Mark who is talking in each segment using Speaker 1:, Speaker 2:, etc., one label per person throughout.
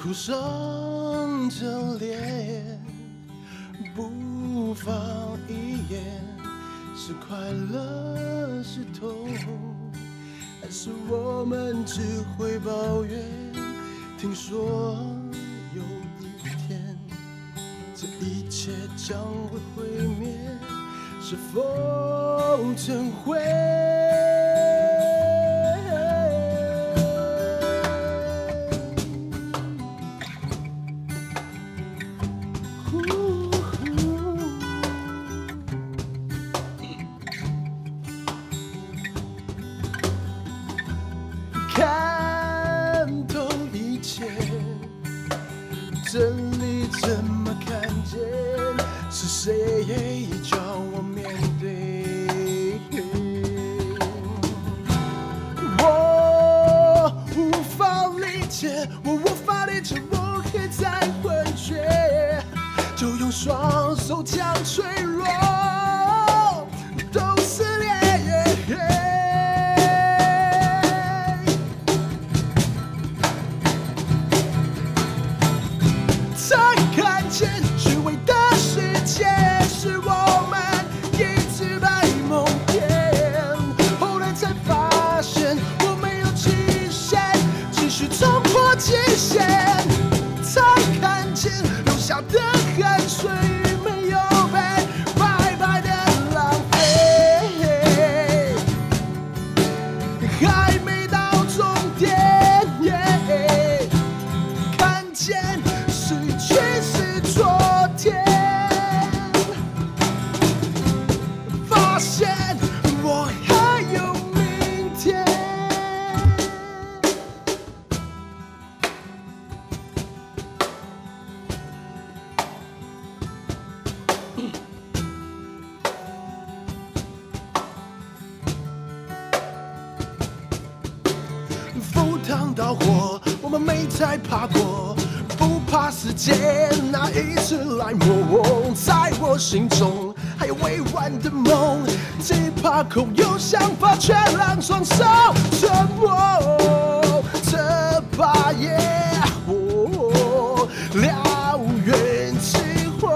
Speaker 1: 哭声着脸，不放一眼，是快乐是痛，还是我们只会抱怨？听说有一天，这一切将会毁灭，是否真会？呼看透一切，真理怎么看见？是谁叫我面对？我无法理解，我无法理解，我还在昏厥，就用双手将脆弱都撕裂。才看见虚伪的世界是我们一直被蒙骗，后来才发现我没有极限，只是冲破极限，才看见留下的汗水没有被白白的浪费。还没到终点。看见失去是昨天，发现我还有明天。赴汤蹈火，我们没再怕过，不怕时间那一直来磨我，在我心中还有未完的梦，只怕空有想法却让双手沉默，这把夜火燎原起火，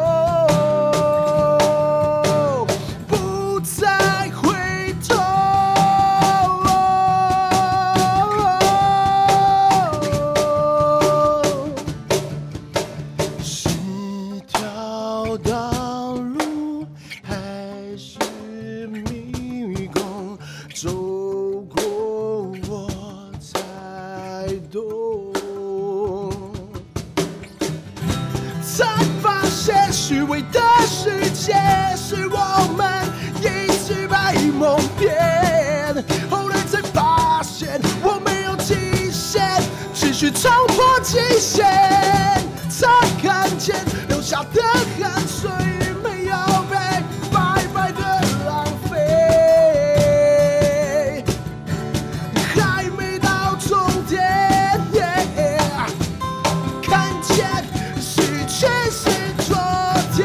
Speaker 1: 不再回头。是条道路，还是迷宫？走过我才懂。才发现虚伪的世界是我们一直被蒙骗，后来才发现我没有极限，只是冲破极限，才看见留下的汗水没有被白白的浪费，还没到终点。看见失去是昨天，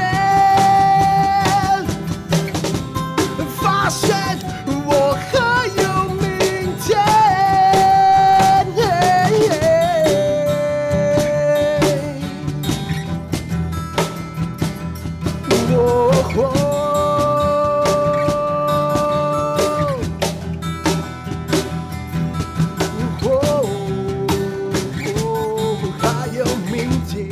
Speaker 1: 发现我还有明天。哦哦还有明天。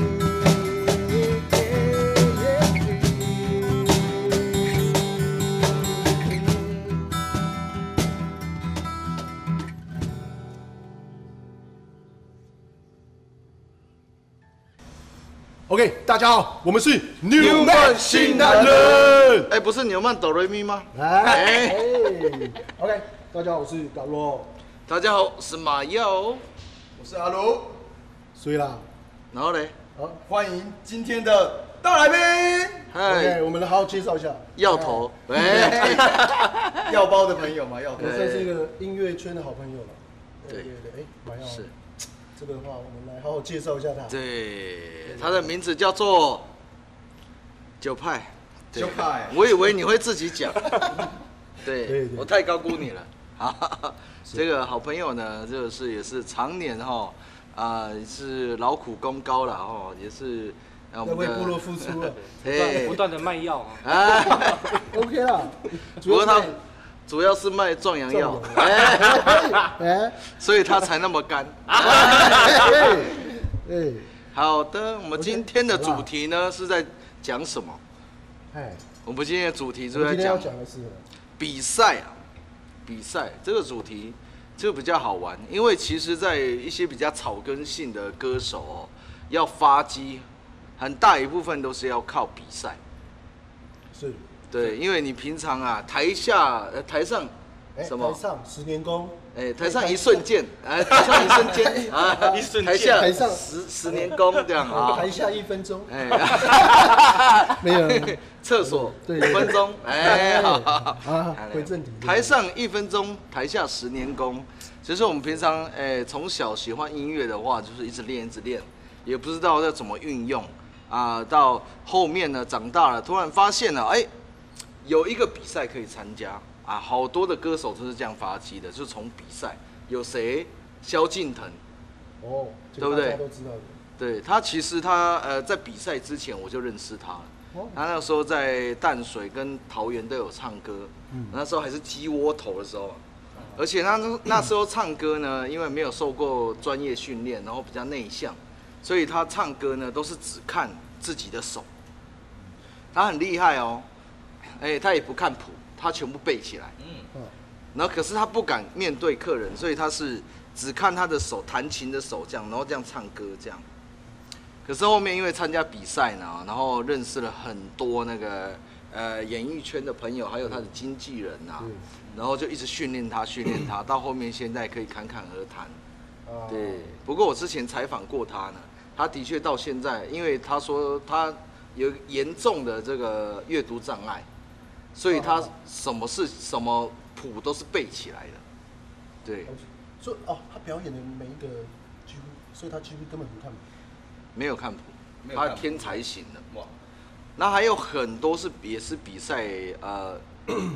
Speaker 2: OK，大家好，我们是
Speaker 1: 纽曼新男
Speaker 2: 人。
Speaker 3: 哎，不是纽曼哆瑞咪吗？
Speaker 2: 哎
Speaker 3: 哎，
Speaker 2: ，OK，大家好，我是高洛。
Speaker 3: 大家好，我是马耀。
Speaker 4: 我是阿卢，
Speaker 2: 所以啦
Speaker 3: 然后嘞，
Speaker 2: 好
Speaker 4: 欢迎今天的大来
Speaker 3: 嗨哎
Speaker 2: ，OK，，我们来好好介绍一下，
Speaker 3: 耀头，哎喂，
Speaker 4: 宾，要包的朋友嘛，要包
Speaker 2: 我。算是一个音乐圈的好朋友了。对对对，哎，蛮好。
Speaker 3: 是，
Speaker 2: 这个的 话，我们来好好介绍一下他。
Speaker 3: 对，他的名字叫做九派。对
Speaker 4: 九派
Speaker 3: 我以为你会自己讲。
Speaker 2: 对
Speaker 3: 对
Speaker 2: 对，
Speaker 3: 我 太高估你了。啊，这个好朋友呢，就是也是常年哈啊、是劳苦功高了哦，也是
Speaker 1: 要
Speaker 3: 啊我们
Speaker 1: 为
Speaker 3: 的
Speaker 1: 部落付出了
Speaker 3: 哎
Speaker 5: 不断的卖药 啊，
Speaker 3: 啊，
Speaker 1: ，OK 啦。
Speaker 3: 不过他
Speaker 1: 主要是
Speaker 3: 主要是卖壮阳药，
Speaker 1: 壮
Speaker 3: 哎，
Speaker 1: 哎
Speaker 3: 所以他才那么干。
Speaker 1: 哎哎
Speaker 3: 好的，我们今天的主题呢是在讲什么？
Speaker 1: 哎，
Speaker 3: 我们今天的主题
Speaker 1: 我
Speaker 3: 就
Speaker 1: 们
Speaker 3: 在
Speaker 1: 今天要
Speaker 3: 讲
Speaker 1: 讲的是，
Speaker 3: 比赛啊，比赛这个主题就比较好玩，因为其实，在一些比较草根性的歌手哦，要发迹，很大一部分都是要靠比赛。
Speaker 1: 是
Speaker 3: 对，因为你平常啊，台下呃台上
Speaker 1: 哎
Speaker 3: 什么
Speaker 1: 台？上十年功，
Speaker 3: 哎，台上一瞬间，哎，台上一瞬间，啊，
Speaker 5: 一瞬间
Speaker 3: 台下
Speaker 1: 台上
Speaker 3: 十十年功这样啊，
Speaker 1: 台下一分钟，
Speaker 3: 哎，
Speaker 1: 没有
Speaker 3: 厕所五
Speaker 1: 对
Speaker 3: 分钟，哎，好好好
Speaker 1: 啊，回正题。
Speaker 3: 台上一分钟，台下十年功。其实我们平常诶从、小喜欢音乐的话，就是一直练一直练，也不知道要怎么运用啊、到后面呢，长大了突然发现了，哎、有一个比赛可以参加啊，好多的歌手都是这样发迹的，就是从比赛。有谁？萧敬腾，
Speaker 1: 哦，这个
Speaker 3: 对不对
Speaker 1: 大家都知道的，
Speaker 3: 对他其实他呃在比赛之前我就认识他了
Speaker 1: 哦。
Speaker 3: 他那时候在淡水跟桃园都有唱歌，
Speaker 1: 嗯
Speaker 3: 那时候还是鸡窝头的时
Speaker 1: 哦
Speaker 3: 候啊，而且他那那时候 唱歌呢，因为没有受过专业训练，然后比较内向，所以他唱歌呢都是只看自己的手。他很厉害哦，哎、他也不看谱，他全部背起来。
Speaker 1: 嗯
Speaker 3: 然后可是他不敢面对客人，所以他是只看他的手，弹琴的手这样，然后这样唱歌这样。可是后面因为参加比赛呢，然后认识了很多那个呃演艺圈的朋友，还有他的经纪人呐、
Speaker 1: 嗯
Speaker 3: 然后就一直训练他，训练他，到后面现在可以侃侃而谈。
Speaker 1: 啊，
Speaker 3: 对，不过我之前采访过他呢，他的确到现在，因为他说他有严重的这个阅读障碍，所以他
Speaker 1: 哦
Speaker 3: 什么事什么谱都是背起来的。对，
Speaker 1: 所以哦，他表演的每一个几乎，所以他几乎根本不看谱。
Speaker 3: 没有看谱
Speaker 4: 没，有
Speaker 3: 他
Speaker 4: 看谱
Speaker 3: 天才型的。
Speaker 4: 哇，
Speaker 3: 那还有很多是也是比赛 呃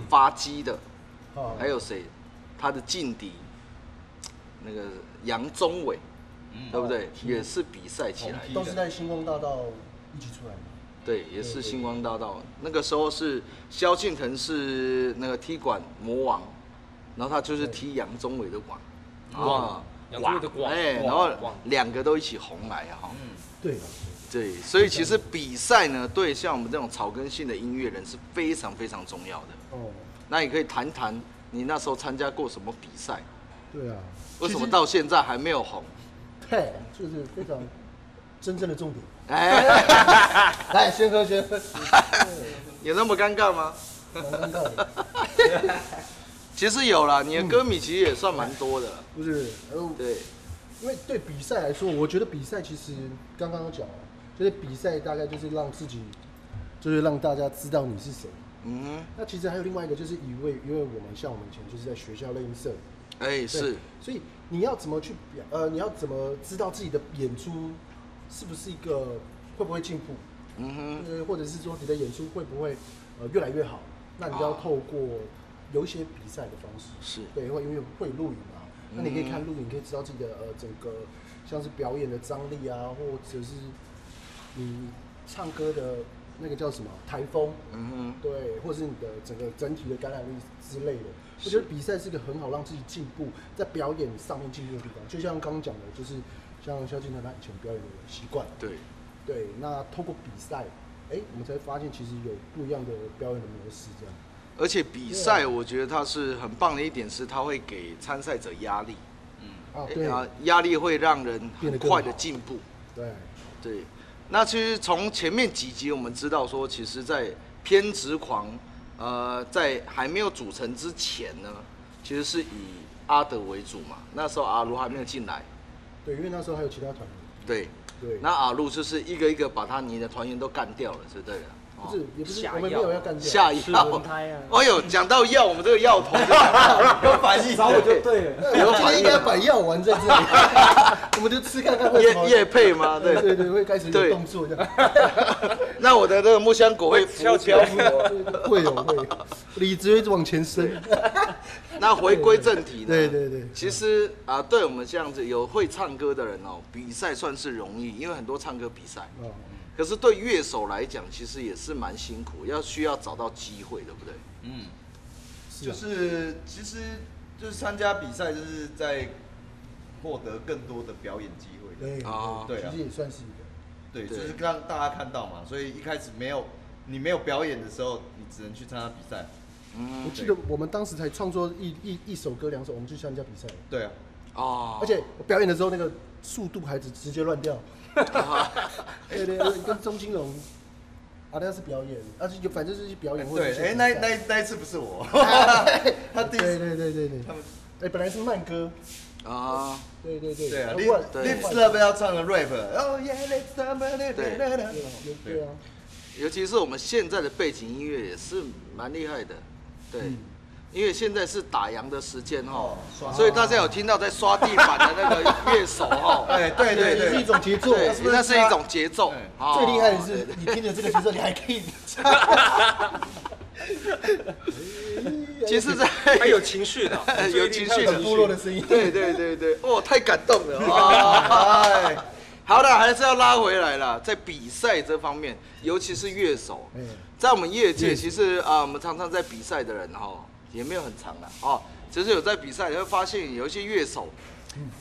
Speaker 3: 发迹的，
Speaker 1: 哦，
Speaker 3: 还有谁？他的劲敌那个杨宗纬，
Speaker 4: 嗯哦
Speaker 3: 对不对？也是比赛起来的。
Speaker 1: 都是在星光大道一起出来的。
Speaker 3: 对，也是星光大道。那个时候是萧敬腾是那个踢馆魔王，然后他就是踢杨宗纬的网，啊，
Speaker 5: 杨宗纬的网
Speaker 3: 哎，
Speaker 5: 网
Speaker 3: 然后
Speaker 5: 网
Speaker 3: 两个都一起红来啊哈。
Speaker 4: 嗯，
Speaker 1: 对啊，
Speaker 3: 对，所以其实比赛呢，对像我们这种草根性的音乐人是非常非常重要的。
Speaker 1: 哦，
Speaker 3: 那你可以谈谈你那时候参加过什么比赛？
Speaker 1: 对啊，
Speaker 3: 为什么到现在还没有红？
Speaker 1: 对，就是非常真正的重 点。
Speaker 3: 哎，
Speaker 1: 来，先喝，先喝。
Speaker 3: 有那么尴尬吗？
Speaker 1: 蛮尴尬的，
Speaker 3: 其实有啦，你的歌迷其实也算蛮多的啦。
Speaker 1: 不是，呃，
Speaker 3: 对，
Speaker 1: 因为对比赛来说，我觉得比赛其实刚刚有讲了，就是比赛大概就是让自己，就是让大家知道你是谁。
Speaker 3: 嗯
Speaker 1: 那其实还有另外一个，就是一位，因为我们像我们以前就是在学校练音社，
Speaker 3: 哼，哎，
Speaker 1: 对
Speaker 3: 是。
Speaker 1: 所以你要怎么去表呃，你要怎么知道自己的演出是不是一个会不会进步？
Speaker 3: 嗯哼，
Speaker 1: 呃，或者是说你的演出会不会呃越来越好？那你就要
Speaker 3: 啊
Speaker 1: 透过有一些比赛的方式，
Speaker 3: 是嗯
Speaker 1: 对，会因为会录影啊，那你可以看录影，可以知道自己的呃整个像是表演的张力啊，或者是你唱歌的那个叫什么台风，
Speaker 3: 嗯哼，
Speaker 1: 对，或者是你的整个整体的感染力之类的。我觉得比赛是一个很好让自己进步，在表演上面进步的地方。就像刚刚讲的，就是像萧敬腾他以前表演的习惯，
Speaker 3: 对，
Speaker 1: 对，那透过比赛，哎、我们才发现其实有不一样的表演的模式，这样。
Speaker 3: 而且比赛我觉得它是很棒的一点是，它会给参赛者压力，
Speaker 1: 啊，对，
Speaker 3: 啊，压力会让人
Speaker 1: 变
Speaker 3: 很
Speaker 1: 得更
Speaker 3: 快的
Speaker 1: 好
Speaker 3: 进步。
Speaker 1: 对，
Speaker 3: 对，那其实从前面几集我们知道说，其实，在偏执狂，呃，在还没有组成之前呢，其实是以阿德为主嘛。那时候阿卢还没有进来，
Speaker 1: 对，因为那时候还有其他团体，
Speaker 3: 对，
Speaker 1: 对，
Speaker 3: 那阿卢就是一个一个把他你的团员都干掉了，就对哦了。
Speaker 1: 不是，也不是，
Speaker 5: 下
Speaker 1: 我们没
Speaker 5: 药
Speaker 1: 有要干掉，
Speaker 3: 下
Speaker 5: 吃
Speaker 3: 药
Speaker 5: 轮，胎啊
Speaker 3: 哎呦，讲到药，我们这个药头就讲 到了
Speaker 4: 有反 应，
Speaker 5: 找我就对了。
Speaker 1: 对，
Speaker 3: 有
Speaker 1: 我觉
Speaker 3: 反
Speaker 1: 得
Speaker 3: 应
Speaker 1: 应该把药丸在这里，我们就吃看看会什么
Speaker 3: 夜夜配吗？
Speaker 1: 对对
Speaker 3: 对。
Speaker 1: 对，会开始有
Speaker 3: 对
Speaker 1: 动作这样。
Speaker 3: 那我的那个木香果会浮
Speaker 5: 翘起来
Speaker 3: 漂浮。
Speaker 1: 会有会有，理直会一直往前伸。
Speaker 3: 那回归正题呢？
Speaker 2: 对对对
Speaker 3: 其实啊、对我们这样子有会唱歌的人哦，比赛算是容易，因为很多唱歌比赛。
Speaker 2: 哦，
Speaker 3: 可是对乐手来讲，其实也是蛮辛苦，要需要找到机会，对不对？
Speaker 4: 嗯，
Speaker 2: 是
Speaker 4: 就
Speaker 2: 啊，
Speaker 4: 是其实就是参加比赛，就是在获得更多的表演机会
Speaker 2: 对
Speaker 3: 哦
Speaker 4: 对啊
Speaker 2: 其实也算是一
Speaker 4: 对，
Speaker 3: 对
Speaker 4: 就是让大家看到嘛。所以一开始没有你没有表演的时候，你只能去参加比赛。
Speaker 2: 个。我记得我们当时才创作一一一首歌两首，我们去参加比赛，
Speaker 4: 对啊，
Speaker 3: 哦，
Speaker 2: 而且我表演的时候那个速度还直直接 乱掉。对对，对跟钟金龙。啊，那是表演，而且就反正就是表演或者
Speaker 4: 对，
Speaker 2: 是
Speaker 4: 哎，
Speaker 2: 比
Speaker 4: 那
Speaker 2: 赛
Speaker 4: 那那一次不是我，
Speaker 1: 哎
Speaker 4: 他第一次
Speaker 2: 对对对对对，
Speaker 4: 他们
Speaker 2: 哎、本来是慢歌，
Speaker 3: 啊，
Speaker 2: 对对对，
Speaker 4: 对啊
Speaker 2: 啊，
Speaker 4: ，Lip
Speaker 2: 换
Speaker 4: Lip
Speaker 2: 换
Speaker 4: Club 要唱的 rap，哦耶，Let's t a b o u t
Speaker 3: 对
Speaker 4: it，
Speaker 2: 对对啊，
Speaker 3: 尤其是我们现在的背景音乐也是蛮厉害的，对，
Speaker 2: 嗯
Speaker 3: 因为现在是打烊的时间
Speaker 4: 哦，
Speaker 3: 哦
Speaker 4: 刷
Speaker 3: 所以大家有听到在刷地板的那个乐手 哦，
Speaker 4: 哎，对对
Speaker 2: 也是
Speaker 4: 对
Speaker 2: 一，种节奏。
Speaker 3: 对，那是一种节奏
Speaker 4: 对，
Speaker 3: 哦
Speaker 2: 最厉害的是，你听着这个节奏，你还可以唱。
Speaker 3: 其实在，
Speaker 5: 还哎有情绪的
Speaker 3: 有情绪的
Speaker 2: 部 落的声音
Speaker 3: 对对对对，哦，太感动了哇！哎好的，还是要拉回来了，在比赛这方面，尤其是乐手
Speaker 2: 嗯，
Speaker 3: 在我们业界，其实啊、我们常常在比赛的人哦，也没有很长啊，哦，就是有在比赛，你会发现有一些乐手，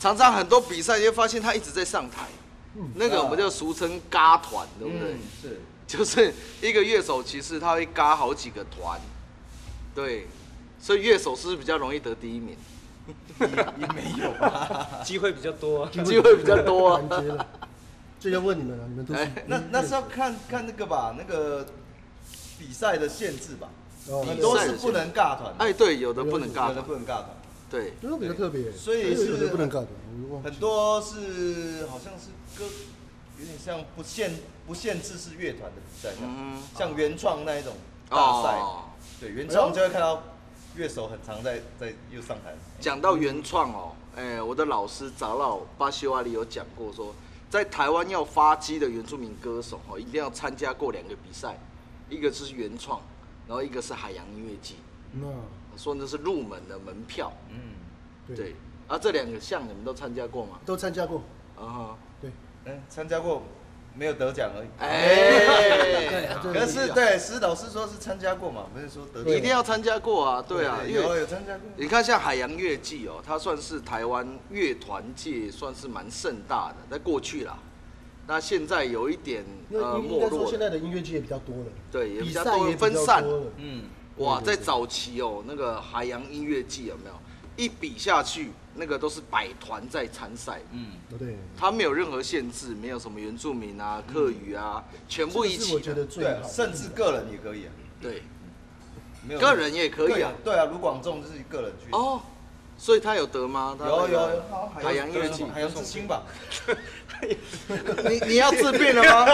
Speaker 3: 常常很多比赛，你会发现他一直在上台，
Speaker 2: 嗯
Speaker 3: 那个我
Speaker 2: 啊
Speaker 3: 们就俗称“嘎团”，对不对？
Speaker 4: 嗯，是，
Speaker 3: 就是一个乐手，其实他会嘎好几个团，对，所以乐手是不是比较容易得第一名，
Speaker 4: 也没有吧？
Speaker 5: 机会比较多。
Speaker 3: 机会比较多、啊
Speaker 2: 完结了，就要问你们了，你们都是
Speaker 3: 哎
Speaker 4: 啊那那是要看看那个吧，那个比赛的限制吧，
Speaker 2: 哦
Speaker 4: 很多是不能尬团的，
Speaker 3: 哎，对，有的不能
Speaker 4: 有
Speaker 3: 尬
Speaker 4: 的
Speaker 3: 团，
Speaker 4: 不能尬团，
Speaker 3: 对，
Speaker 2: 有种比较特别，
Speaker 4: 所以
Speaker 2: 有
Speaker 4: 是
Speaker 2: 有的不能搞的，我忘
Speaker 4: 很多是好像是歌，有点像不限不限制是乐团的比赛，
Speaker 3: 嗯
Speaker 4: 像像原创那一种大赛，
Speaker 3: 哦
Speaker 4: 对原创就会看到乐手很常在在又上台，
Speaker 3: 讲到原创哦，哎，我的老师长老巴西瓦里有讲过说，在台湾要发迹的原住民歌手哦，一定要参加过两个比赛，一个是原创，然后一个是海洋音乐季，
Speaker 2: 那
Speaker 3: 说那是入门的门票，
Speaker 4: 嗯，
Speaker 3: 对，啊，这两个项你们都参加过吗？
Speaker 2: 都参加过，
Speaker 3: 啊哈。
Speaker 2: 对，
Speaker 4: 嗯，参加过没有得奖而已，
Speaker 3: 哎，
Speaker 2: 对
Speaker 4: 可是对石老师说是参加过嘛，不是说得奖
Speaker 3: 一定要参加过啊，对啊，因
Speaker 4: 有
Speaker 3: 为
Speaker 4: 有参加过，
Speaker 3: 你看像海洋乐季哦，它算是台湾乐团界算是蛮盛大的，在过去啦，那现在有一点
Speaker 2: 因为
Speaker 3: 呃
Speaker 2: 应应
Speaker 3: 没
Speaker 2: 该说
Speaker 3: 落
Speaker 2: 现
Speaker 3: 了，
Speaker 2: 在的音乐剧也比较多了，
Speaker 3: 对，也
Speaker 2: 比
Speaker 3: 比较
Speaker 2: 赛
Speaker 3: 多
Speaker 2: 也
Speaker 3: 人
Speaker 2: 比较
Speaker 3: 分
Speaker 2: 多
Speaker 3: 散，
Speaker 2: 了，
Speaker 4: 嗯，
Speaker 3: 哇，在早期哦，那个海洋音乐季有没有一比下去，那个都是百团在参赛，
Speaker 2: 哦对，
Speaker 3: 它没有任何限制，没有什么原住民啊、客语啊，全部一
Speaker 2: 这个嗯是
Speaker 3: 起
Speaker 2: 我觉
Speaker 3: 的
Speaker 2: 得，最
Speaker 4: 对
Speaker 2: 好，，
Speaker 4: 甚至个人也可以啊，
Speaker 3: 对，
Speaker 4: 没有
Speaker 3: 个人也可以啊。
Speaker 4: 对啊，卢广仲就是个人去。
Speaker 3: 哦，所以他有得吗？他那
Speaker 4: 有
Speaker 3: 个
Speaker 4: 有有，好
Speaker 3: 海洋音乐哦季，
Speaker 4: 海洋之星吧，
Speaker 3: 你你要治病 了吗？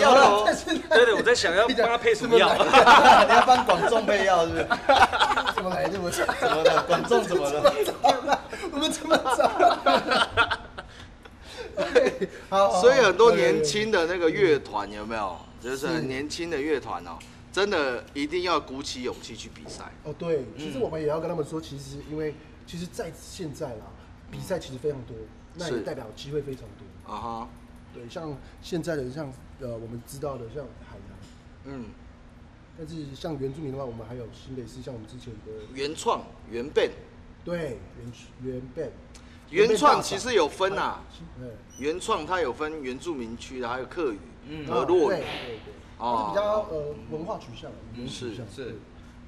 Speaker 3: 要了哦，
Speaker 5: 对对，我在想要帮他配什么药？
Speaker 3: 哎
Speaker 4: 你要帮广仲配药是不 是？
Speaker 2: 怎么来的？我怎
Speaker 4: 怎么了？广仲怎么了？
Speaker 2: 么我们怎么找？好，好
Speaker 3: 所以很多
Speaker 2: 有有有
Speaker 3: 年轻的那个乐团有没有？就是很年轻的乐团哦，真的一定要鼓起勇气去比赛。
Speaker 2: 哦，对，其实我们也要跟他们说，其实因为其实，在现在啦，比赛其实非常多，那也
Speaker 3: 是
Speaker 2: 代表机会非常多。
Speaker 3: 啊哈，
Speaker 2: 对，像现在的像呃，我们知道的像海洋，
Speaker 3: 嗯，
Speaker 2: 但是像原住民的话，我们还有新北市，像我们之前的
Speaker 3: 原创原变，
Speaker 2: 对原呃原 b
Speaker 3: 原创其实有分啊，
Speaker 2: 对，
Speaker 3: 原创它有分原住民区的，还有客语、
Speaker 4: 嗯
Speaker 3: 和洛
Speaker 2: 啊对
Speaker 3: 语，
Speaker 2: 对对，
Speaker 3: 哦
Speaker 2: 它是比较呃文化取向，语言取
Speaker 3: 是
Speaker 2: 向
Speaker 4: 是，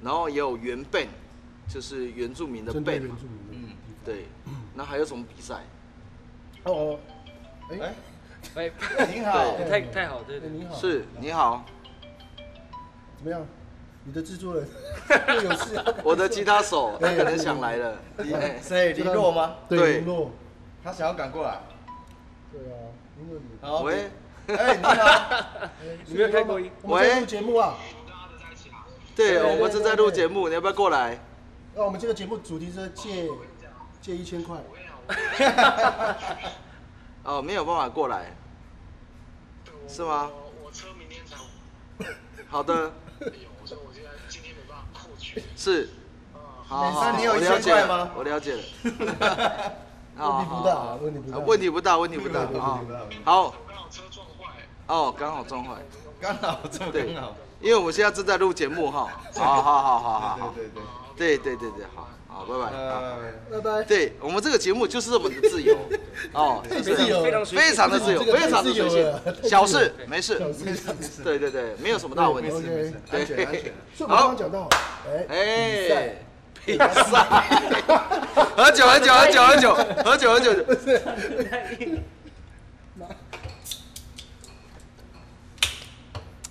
Speaker 3: 然后也有原变，就是原住民的
Speaker 2: 对针对
Speaker 3: 变
Speaker 2: 原
Speaker 3: 嘛。
Speaker 2: 住民的地方。
Speaker 3: 对，那还有什么比赛？
Speaker 2: 哦，
Speaker 4: 哎
Speaker 2: 哎，，
Speaker 5: 哎，
Speaker 4: 你好，
Speaker 5: 太太好，对
Speaker 2: 哎
Speaker 5: 对。
Speaker 2: 你好，
Speaker 3: 是你好，
Speaker 2: 怎么样？你的 制作人又有啊事要
Speaker 3: 我的吉他 手，他可能想来了。哎
Speaker 4: 谁林若吗？
Speaker 3: 对
Speaker 2: 对，林洛，
Speaker 4: 他想要赶过来。
Speaker 2: 对啊，林洛你。
Speaker 4: 好，
Speaker 3: 喂，
Speaker 4: 哎，你好，
Speaker 5: 你没有开过音
Speaker 2: 我们在
Speaker 3: 喂
Speaker 2: 录节目啊，
Speaker 3: 对哦
Speaker 2: 对对
Speaker 3: 我们正在录节目，你要不要过来？
Speaker 2: 那我们这个节目主题是借借一千块，
Speaker 3: 哦，没有办法过来，是吗？
Speaker 6: 我车明天才 哎
Speaker 3: 好的，
Speaker 6: 有，所以我现在今天没办法过去。
Speaker 3: 是
Speaker 6: 啊、
Speaker 3: 好，好
Speaker 4: 那你有
Speaker 3: 我
Speaker 4: 一
Speaker 3: 了
Speaker 4: 千
Speaker 3: 解
Speaker 4: 块
Speaker 3: 了
Speaker 4: 吗
Speaker 3: 我了解了。
Speaker 2: 问题不大，问题不大，
Speaker 3: 啊问题不大，问题不大
Speaker 2: 对对对
Speaker 3: 啊
Speaker 4: 对对对。
Speaker 3: 好，哦，刚好撞坏，
Speaker 4: 刚好这么
Speaker 3: 对
Speaker 4: 刚好，，
Speaker 3: 因为我们现在正在录节目 哈。好好好好好好，
Speaker 4: 对对对，
Speaker 3: 对对对对，好好，拜拜。好
Speaker 4: 呃，
Speaker 2: 拜拜。
Speaker 3: 对我们这个节目就是这么的自 由哦，
Speaker 2: 太
Speaker 3: 是
Speaker 2: 自由了
Speaker 3: 非
Speaker 5: 非常随性
Speaker 3: 常的自由，
Speaker 2: 这个
Speaker 3: 非常的随
Speaker 2: 太自由了太自由
Speaker 3: 性，
Speaker 2: 了
Speaker 3: 小事没事，
Speaker 2: 没事没
Speaker 3: 对对对，没有什么大问
Speaker 2: 没事
Speaker 3: 题。
Speaker 2: 没
Speaker 4: 安
Speaker 2: 事。
Speaker 4: 全安全，
Speaker 2: 所以哎我们刚刚讲到，哎比
Speaker 3: 哎
Speaker 2: 赛，
Speaker 3: 比赛，喝酒喝酒喝酒喝酒喝酒喝酒，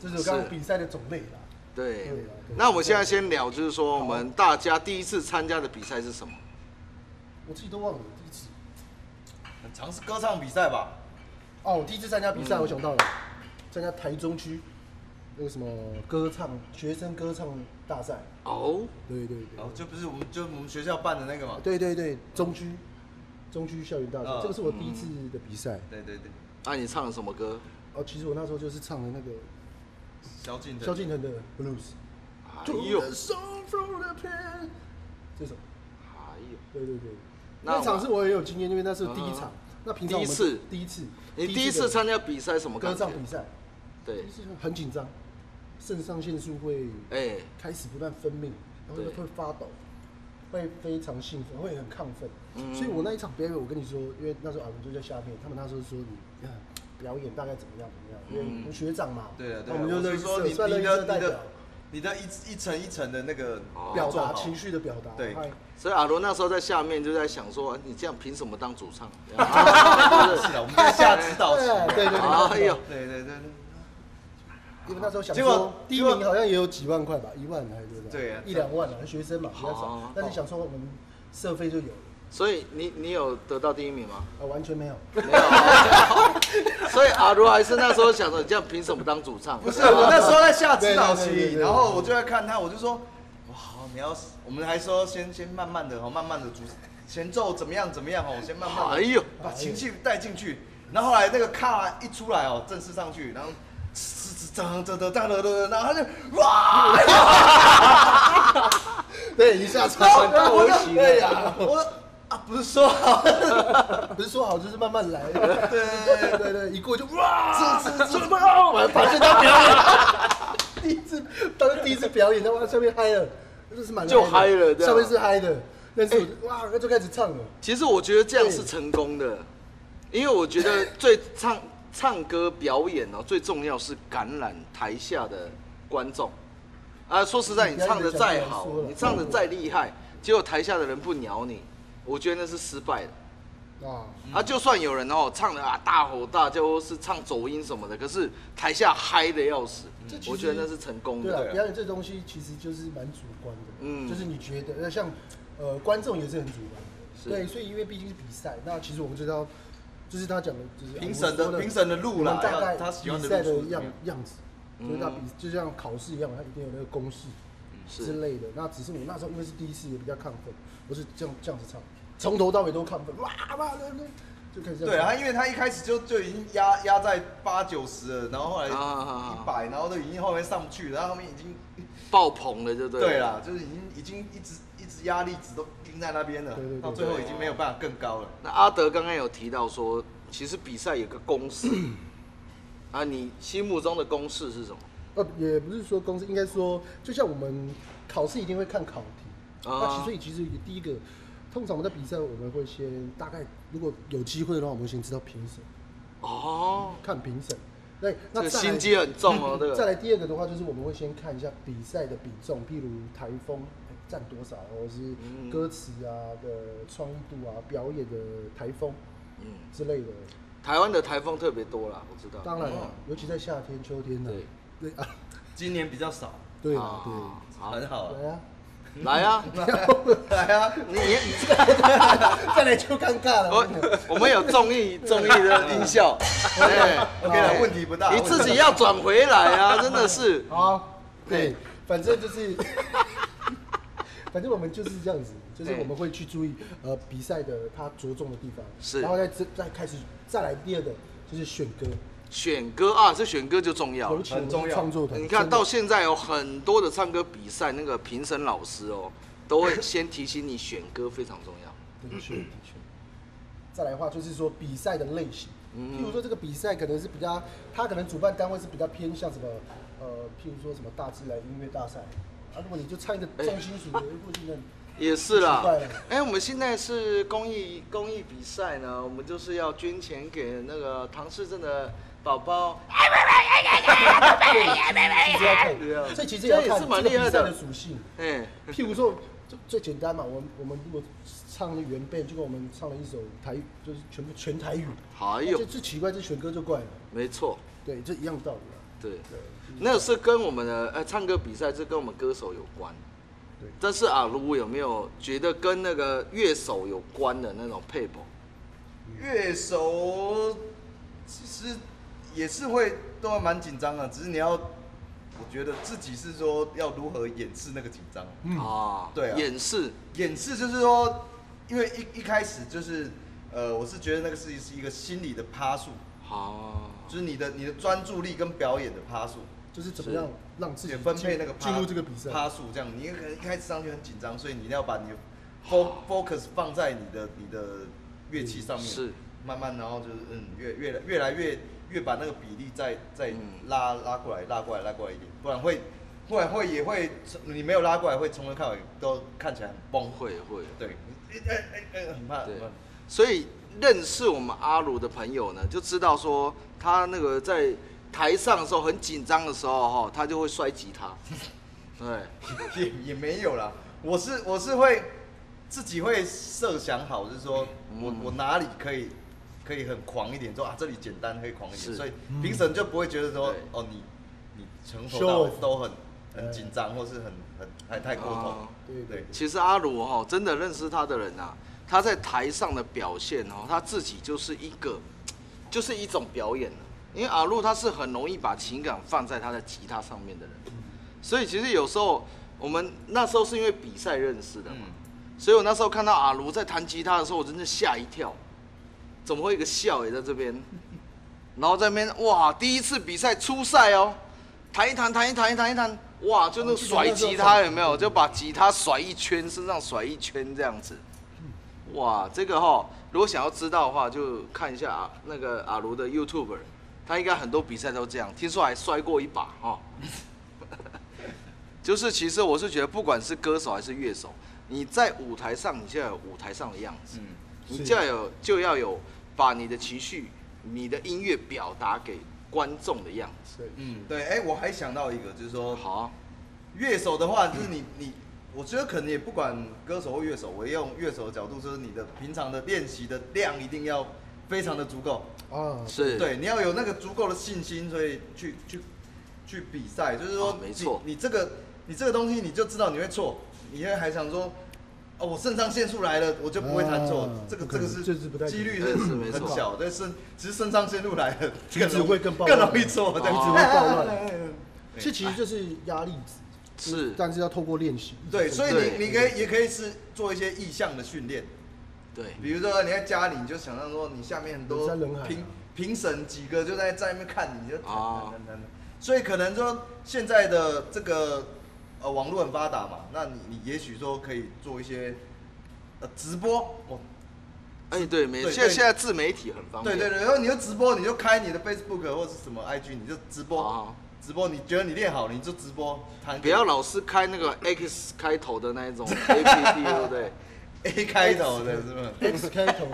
Speaker 2: 这是我刚刚比赛的种类啦。
Speaker 3: 对
Speaker 2: 对啊。
Speaker 3: 那我现在先聊，就是说我们大家第一次参加的比赛是什么？
Speaker 2: 我自己都忘了我第一次。
Speaker 4: 很常是歌唱比赛吧？
Speaker 2: 哦，我第一次参加比赛，我想到了，参加台中区那个什么歌唱学生歌唱大赛。
Speaker 3: 哦，
Speaker 2: 对对对
Speaker 4: 哦，就不是我们就我们学校办的那个嘛？
Speaker 2: 对对对，中区中区校园大赛
Speaker 4: 嗯，
Speaker 2: 这个是我第一次的比赛。
Speaker 4: 对对对，
Speaker 3: 那你唱了什么歌
Speaker 2: 哦，其实我那时候就是唱的那个
Speaker 4: 萧敬腾，
Speaker 2: 萧敬腾的 blues。
Speaker 3: 哎
Speaker 2: 就
Speaker 3: 呦，哎
Speaker 2: song from the pen，这首，
Speaker 3: 哎呦，
Speaker 2: 对对对，
Speaker 3: 那我
Speaker 2: 那场是我也有经验，因为那是第一场
Speaker 3: 嗯。
Speaker 2: 那平常我们
Speaker 3: 第一次
Speaker 2: 第一次，
Speaker 3: 你第一次参
Speaker 2: 的
Speaker 3: 加比赛什么
Speaker 2: 歌
Speaker 3: 感觉
Speaker 2: 唱？比赛，
Speaker 3: 对
Speaker 2: 就，是很紧张，肾上腺素会
Speaker 3: 哎，
Speaker 2: 开始不断分泌，然后
Speaker 3: 对
Speaker 2: 会发抖，会非常兴奋，会很亢奋。
Speaker 4: 嗯
Speaker 2: 所以我那一场表演，我跟你说，因为那时候啊，我就在下面，他们那时候说你、啊表演大概怎么样怎么样，因为我们学长嘛，
Speaker 4: 嗯对啊对
Speaker 2: 那哦
Speaker 4: 啊，
Speaker 2: 我们就
Speaker 4: 我
Speaker 2: 乐
Speaker 4: 是
Speaker 2: 于
Speaker 4: 说
Speaker 2: 社
Speaker 4: 你
Speaker 2: 算乐
Speaker 4: 你
Speaker 2: 于
Speaker 4: 的
Speaker 2: 社代
Speaker 4: 你
Speaker 2: 表
Speaker 4: 的你的一一层一层的那个
Speaker 2: 表
Speaker 4: 做
Speaker 2: 达
Speaker 4: 好
Speaker 2: 情绪的表达，哎
Speaker 4: 对
Speaker 2: 嗨
Speaker 3: 所以阿罗那时候在下面就在想说，你这样凭什么当主 唱？啊是不
Speaker 4: 是
Speaker 3: 是
Speaker 4: 的，我们在下指导
Speaker 2: 对
Speaker 4: 棋，
Speaker 2: 对对
Speaker 3: 哎
Speaker 2: 对
Speaker 3: 呦，
Speaker 4: 对对对，
Speaker 2: 因为那时候想
Speaker 4: 结
Speaker 2: 说
Speaker 4: 果，
Speaker 2: 第一
Speaker 4: 结果
Speaker 2: 名好像也有几万块吧，一万还是多少？
Speaker 4: 对啊
Speaker 2: 一两万啊，学生嘛，比较
Speaker 3: 好
Speaker 2: 少。但是想说我们社费就有了，
Speaker 3: 所以你你有得到第一名 吗？
Speaker 2: 啊，完全没有。
Speaker 3: 所以阿如还是那时候想着，你这样凭什么当主唱？
Speaker 4: 不是，啊我那时候在下指导
Speaker 2: 对对对
Speaker 4: 棋，
Speaker 2: 对对
Speaker 4: 然后我就在看他，我就说，哇，你要，我们还说先先慢慢的哦，慢慢的主前奏怎么样怎么样哦，先慢慢
Speaker 3: 哎
Speaker 4: 地
Speaker 3: 呦，
Speaker 4: 把情绪带进去。然后后来那个卡一出来哦，正式上去，然后。噔噔噔噔噔噔，然后他就哇！
Speaker 2: 对，一下
Speaker 4: 然后
Speaker 2: 差
Speaker 4: 然后我就
Speaker 2: 对
Speaker 4: 对
Speaker 2: 呀，
Speaker 4: 呀，我说啊，不是说好
Speaker 2: 不是说好就是慢慢来。对
Speaker 4: 对
Speaker 2: 对对，一过就哇，
Speaker 4: 这这这
Speaker 2: 我还把这当表演，第一次，当时第一次表演，他往下面嗨了，就是蛮
Speaker 3: 就嗨了这样
Speaker 2: 上面是嗨的，但是我就哇，那就开始唱了。
Speaker 3: 其实我觉得这样是成功的，因为我觉得最唱唱歌表演哦，最重要是感染台下的观众。啊，说实在，你唱的再好，你唱的再厉
Speaker 2: 嗯
Speaker 3: 害，结果台下的人不鸟你，我觉得那是失败的。
Speaker 2: 啊，
Speaker 3: 啊，就算有人哦唱的啊大吼大叫，或是唱走音什么的，可是台下嗨的要死
Speaker 2: 这其，实
Speaker 3: 我觉得那是成功
Speaker 2: 对啊
Speaker 3: 的。，
Speaker 2: 表演这东西其实就是蛮主观的，
Speaker 3: 嗯
Speaker 2: 嗯，就是你觉得，那像呃观众也是很主观
Speaker 3: 是
Speaker 2: 的，对，所以因为毕竟是比赛，那其实我们知道，就是他讲的，就是
Speaker 4: 评审的
Speaker 2: 我说
Speaker 4: 评审的路啦
Speaker 2: 我们大概
Speaker 4: 要他喜欢的
Speaker 2: 比
Speaker 4: 路
Speaker 2: 赛
Speaker 4: 数
Speaker 2: 的
Speaker 4: 怎么
Speaker 2: 样
Speaker 4: 样
Speaker 2: 样子，
Speaker 4: 嗯
Speaker 2: 就是他比就像考试一样，他一定有那个公式之
Speaker 3: 是，
Speaker 2: 类的。那只是我那时候因为是第一次，也比较亢奋，我是这样这样子唱，从头到尾都亢奋，哇哇的，就开始这样
Speaker 4: 对啊，他
Speaker 2: 唱
Speaker 4: 因为他一开始就就已经压压在八九十了，然后后来
Speaker 3: 啊啊啊
Speaker 4: 一百，然后都已经后面上不去了，然后后面已经
Speaker 3: 爆棚了就对。
Speaker 4: 对，啦，就是已经已经一直一直压力值都盯在那边了
Speaker 2: 对对，对
Speaker 4: 到最后已经没有办法更高了。
Speaker 3: 那阿德刚刚有提到说，其实比赛有个公 式啊，你心目中的公式是什么？
Speaker 2: 呃，也不是说公司，应该说，就像我们考试一定会看考题，
Speaker 3: 啊
Speaker 2: 那其实所以其实第一个，通常我们在比赛，我们会先大概，如果有机会的话，我们会先知道评审，
Speaker 3: 哦，
Speaker 2: 看评审。对，
Speaker 3: 这
Speaker 2: 那
Speaker 3: 个
Speaker 2: 再来
Speaker 3: 心机很重 哦，这
Speaker 2: 再
Speaker 3: 个。
Speaker 2: 来第二个的话，就是我们会先看一下比赛的比重，譬如台风哎占多少，或者是
Speaker 3: 嗯
Speaker 2: 歌词啊的创意度啊，表演的台风
Speaker 3: 嗯，
Speaker 2: 之类的。
Speaker 3: 台湾的台风特别多啦，我知道。
Speaker 2: 当然了，尤其在夏天、秋天呢、
Speaker 3: 哦对
Speaker 2: 对啊，
Speaker 4: 今年比较少，
Speaker 2: 对啊
Speaker 3: 啊，，
Speaker 2: 对，
Speaker 3: 好，
Speaker 4: 很好啊，
Speaker 2: 来啊，
Speaker 3: 来 啊，
Speaker 4: 来啊，
Speaker 3: 你你
Speaker 2: 再来就尴尬了。
Speaker 3: 我我们有综 艺综艺的音效，
Speaker 2: 哎
Speaker 3: 对
Speaker 4: OK 啦问题不大
Speaker 3: 你自己要转回来啊，真的是。
Speaker 2: 好，对，反正就是， 反正我们就是这样子，就是
Speaker 3: 对
Speaker 2: 我们会去注意呃比赛的它着重的地方，
Speaker 3: 是
Speaker 2: 然后再这再开始再来第二个就是选歌，
Speaker 3: 选歌啊，这选歌就重要
Speaker 2: 尤
Speaker 3: 了。
Speaker 2: 其我们
Speaker 4: 很重
Speaker 2: 是
Speaker 4: 要
Speaker 2: 创作团，
Speaker 3: 你看
Speaker 2: 真的
Speaker 3: 到现在有很多的唱歌比赛，那个评审老师哦，都会先提醒你选歌非常重要。
Speaker 2: 的确的确。再来的话就是说比赛的类型，
Speaker 3: 嗯
Speaker 2: 譬如说这个比赛可能是比较，它可能主办单位是比较偏向什么，呃，譬如说什么大自然音乐大赛，啊，如果你就唱一个
Speaker 3: 哎
Speaker 2: 重金属的，或是那
Speaker 3: 也是啦
Speaker 2: 奇怪了，
Speaker 3: 哎、我们现在是公益公益比赛呢，我们就是要捐钱给那个唐氏症的宝宝，哎
Speaker 2: 其实要看，这其实也要
Speaker 3: 这也
Speaker 2: 看
Speaker 3: 是
Speaker 2: 这
Speaker 3: 蛮
Speaker 2: 个
Speaker 3: 厉
Speaker 2: 比
Speaker 3: 害的
Speaker 2: 赛的属性。
Speaker 3: 哎、
Speaker 2: 譬如说，就最简单嘛，我们我们如果唱原贝，就跟我们唱了一首台，就是全部全台语，
Speaker 3: 哎呦
Speaker 2: 这最奇怪，这选歌就怪了，
Speaker 3: 没错，
Speaker 2: 对，这一样道理啊。
Speaker 3: 对，
Speaker 2: 对，
Speaker 3: 那是跟我们的呃唱歌比赛是跟我们歌手有关
Speaker 2: 对，
Speaker 3: 但是啊，如果有没有觉得跟那个乐手有关的那种配偶？
Speaker 4: 乐手其实也是会都还蛮紧张的，啊只是你要，我觉得自己是说要如何掩饰那个紧张。
Speaker 2: 嗯
Speaker 3: 啊，
Speaker 4: 对啊
Speaker 3: 演示
Speaker 4: 掩饰就是说，因为一一开始就是，呃，我是觉得那个是是一个心理的趴数，
Speaker 3: 啊，
Speaker 4: 就是你的你的专注力跟表演的趴数，
Speaker 2: 就是怎么样让自己
Speaker 4: 也分配那个趴
Speaker 2: 进入这个比赛。
Speaker 4: 趴数这样。你可能一开始上去很紧张，所以你一定要把你的
Speaker 2: 啊
Speaker 4: fo- focus 放在你的你的乐器上面，
Speaker 3: 是
Speaker 4: 慢慢然后就是嗯，越越来越来越越把那个比例再再
Speaker 3: 嗯
Speaker 4: 拉拉过来，拉过来，拉过来一点，不然会不然会也会你没有拉过来，会从头看尾都看起来很崩溃。
Speaker 3: 会会，
Speaker 4: 对，哎哎哎哎，很怕，
Speaker 3: 对
Speaker 4: 很怕。
Speaker 3: 所以认识我们阿鲁的朋友呢，就知道说他那个在台上的时候很紧张的时候哈、他就会摔吉他，对，
Speaker 4: 也也没有啦，我是我是会自己会设想好，就是说
Speaker 3: 嗯
Speaker 4: 我我哪里可以可以很狂一点，说啊这里简单可以狂一
Speaker 3: 是
Speaker 4: 点，所以评审就不会觉得说
Speaker 3: 对
Speaker 4: 哦你你从
Speaker 2: Show
Speaker 4: 头到尾
Speaker 2: off
Speaker 4: 都很很紧张，或是很很太太过头
Speaker 3: 哦，
Speaker 2: 对
Speaker 4: 哎对
Speaker 2: 对，
Speaker 3: 其实阿鲁哈、真的认识他的人啊，他在台上的表现哦，他自己就是一个，就是一种表演了啊因为阿鲁他是很容易把情感放在他的吉他上面的人，所以其实有时候我们那时候是因为比赛认识的嘛，
Speaker 4: 嗯，
Speaker 3: 所以我那时候看到阿卢在弹吉他的时候，我真的吓一跳，怎么会有一个笑也在这边？然后在那边哇，第一次比赛初赛哦，弹一弹，弹一弹，一弹一弹，哇，就那个甩吉他有没有？就把吉他甩一圈，身上甩一圈这样子。哇，这个哈、如果想要知道的话，就看一下啊那个阿卢的 YouTube，他应该很多比赛都这样，听说还摔过一把哈、哦。 就是其实我是觉得，不管是歌手还是乐手，你在舞台上，你就要有舞台上的样子，
Speaker 4: 嗯
Speaker 3: 你
Speaker 2: 是
Speaker 3: 就要有就要有把你的情绪、你的音乐表达给观众的样子。
Speaker 2: 对，
Speaker 4: 嗯对，哎、我还想到一个，就是说
Speaker 3: 好啊，
Speaker 4: 乐手的话，就是你你，我觉得可能也不管歌手或乐手，我用乐手的角度，就是你的平常的练习的量一定要非常的足够。
Speaker 2: 啊，
Speaker 3: 是，
Speaker 4: 对，你要有那个足够的信心，所以去去去比赛，就是说，
Speaker 3: 哦没错
Speaker 4: 你，你这个你这个东西，你就知道你会错，你会还想说，哦，我肾上腺素来了，我就不会弹错，
Speaker 2: 啊
Speaker 4: 这个
Speaker 2: 不可
Speaker 4: 这
Speaker 2: 能
Speaker 4: 个是
Speaker 2: 这是不太
Speaker 4: 几率
Speaker 3: 可能对是没
Speaker 4: 很
Speaker 3: 错
Speaker 4: 小，但是只是肾上腺素来了，
Speaker 2: 举止
Speaker 4: 容易
Speaker 2: 会更暴
Speaker 4: 更
Speaker 2: 乱
Speaker 4: 容易错，对
Speaker 2: 举止
Speaker 4: 不
Speaker 2: 会
Speaker 4: 对？
Speaker 3: 哦
Speaker 2: 暴乱，这其实就是压力值，
Speaker 3: 是，
Speaker 2: 但是要透过练习。
Speaker 4: 对，所以
Speaker 3: 对
Speaker 4: 你你可以也可以是做一些意向的训练，
Speaker 3: 对，
Speaker 4: 比如说你在家里，你就想象说你下面很多
Speaker 2: 人山人海啊
Speaker 4: 评评审几个就在在那边看你，你就弹
Speaker 3: 啊
Speaker 4: 弹弹弹。所以可能说现在的这个呃网络很发达嘛，那你你也许说可以做一些呃直播，哦，
Speaker 3: 哎，对，没，
Speaker 4: 对
Speaker 3: 现在
Speaker 4: 对
Speaker 3: 现在自媒体很方
Speaker 4: 对
Speaker 3: 便，
Speaker 4: 对对，然后你就直播，你就开你的 Facebook 或是什么 IG，你就直
Speaker 3: 啊
Speaker 4: 播，直播你觉得你练好，你就直播弹给。
Speaker 3: 不要老是开那个 X 开头的那一种 APP，对不对？
Speaker 4: A 开头的是 吗
Speaker 2: X 开头，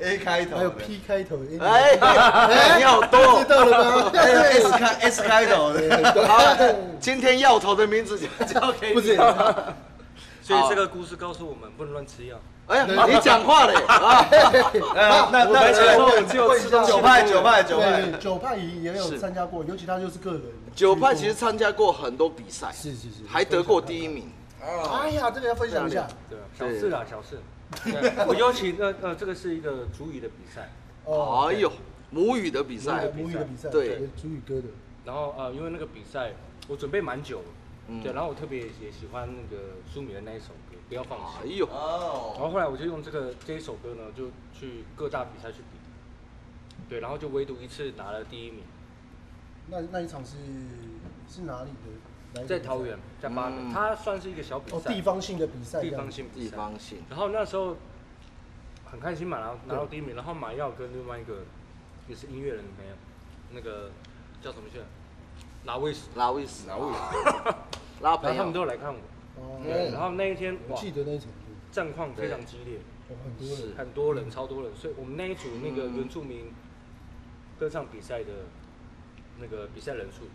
Speaker 4: ？A 开头的，
Speaker 2: 还有 P 开头，
Speaker 3: 哎，你好多
Speaker 2: 知，道了吗？
Speaker 4: 还有哎 S 开 S 开头的。
Speaker 3: 好，今天要头的名字就交给
Speaker 2: 不
Speaker 3: 你。
Speaker 2: 是，
Speaker 5: 所以这个故事告诉我们不能乱吃药。
Speaker 3: 哎，你讲话嘞啊！
Speaker 4: 那那那
Speaker 5: 而且
Speaker 4: 那
Speaker 5: 说我只有吃东西
Speaker 4: 九派九派九派
Speaker 2: 对，，九派也有
Speaker 3: 是
Speaker 2: 参加过，尤其他就是个人。
Speaker 3: 九派其实参加过很多比赛，
Speaker 2: 是是是
Speaker 3: 还得过第一名。
Speaker 2: 哎呀，这个要分享一下。
Speaker 5: 对啊，小事啦，小事。对我尤其呃呃，这个是一个主语的比赛，
Speaker 3: 哎呦，母语的比赛，
Speaker 2: 哦母语的比赛，
Speaker 3: 对
Speaker 2: 主语歌的，
Speaker 5: 然后呃，因为那个比赛我准备蛮久了，
Speaker 3: 嗯
Speaker 5: 对，然后我特别也喜欢那个舒米的那一首歌《不要放
Speaker 3: 哎
Speaker 5: 弃》，
Speaker 3: 呦，
Speaker 5: 然
Speaker 4: 哦，
Speaker 5: 后后来我就用这个这一首歌呢，就去各大比赛去比，对，然后就唯独一次拿了第一名，
Speaker 2: 那那一场是是哪里的？哪一个
Speaker 5: 在
Speaker 2: 比
Speaker 5: 桃
Speaker 2: 赛
Speaker 5: 园，在八
Speaker 3: 嗯
Speaker 5: 美，它算是一个小比
Speaker 2: 哦，
Speaker 5: 赛，
Speaker 2: 地方性的比赛，
Speaker 5: 地方，性比
Speaker 3: 地
Speaker 5: 赛。
Speaker 3: 方性，
Speaker 5: 然后那时候很开心嘛，然后拿到第一名，然后马耀跟另外一个也是音乐人的朋友，那个叫什么去了？拉威斯，
Speaker 3: 拉威斯，
Speaker 4: 哪位？
Speaker 3: 拉
Speaker 5: 然
Speaker 3: 啊朋
Speaker 5: 后他们
Speaker 3: 友，
Speaker 5: 都来看我，
Speaker 2: 哦，
Speaker 5: 对，然后那一天
Speaker 2: 我
Speaker 5: 哇，
Speaker 2: 记得那一场，
Speaker 5: 战况非常激烈，
Speaker 2: 有很多人
Speaker 3: 是
Speaker 5: 很多人，超多人，所以我们那一组那个
Speaker 2: 嗯
Speaker 5: 原住民歌唱比赛的那个比赛人数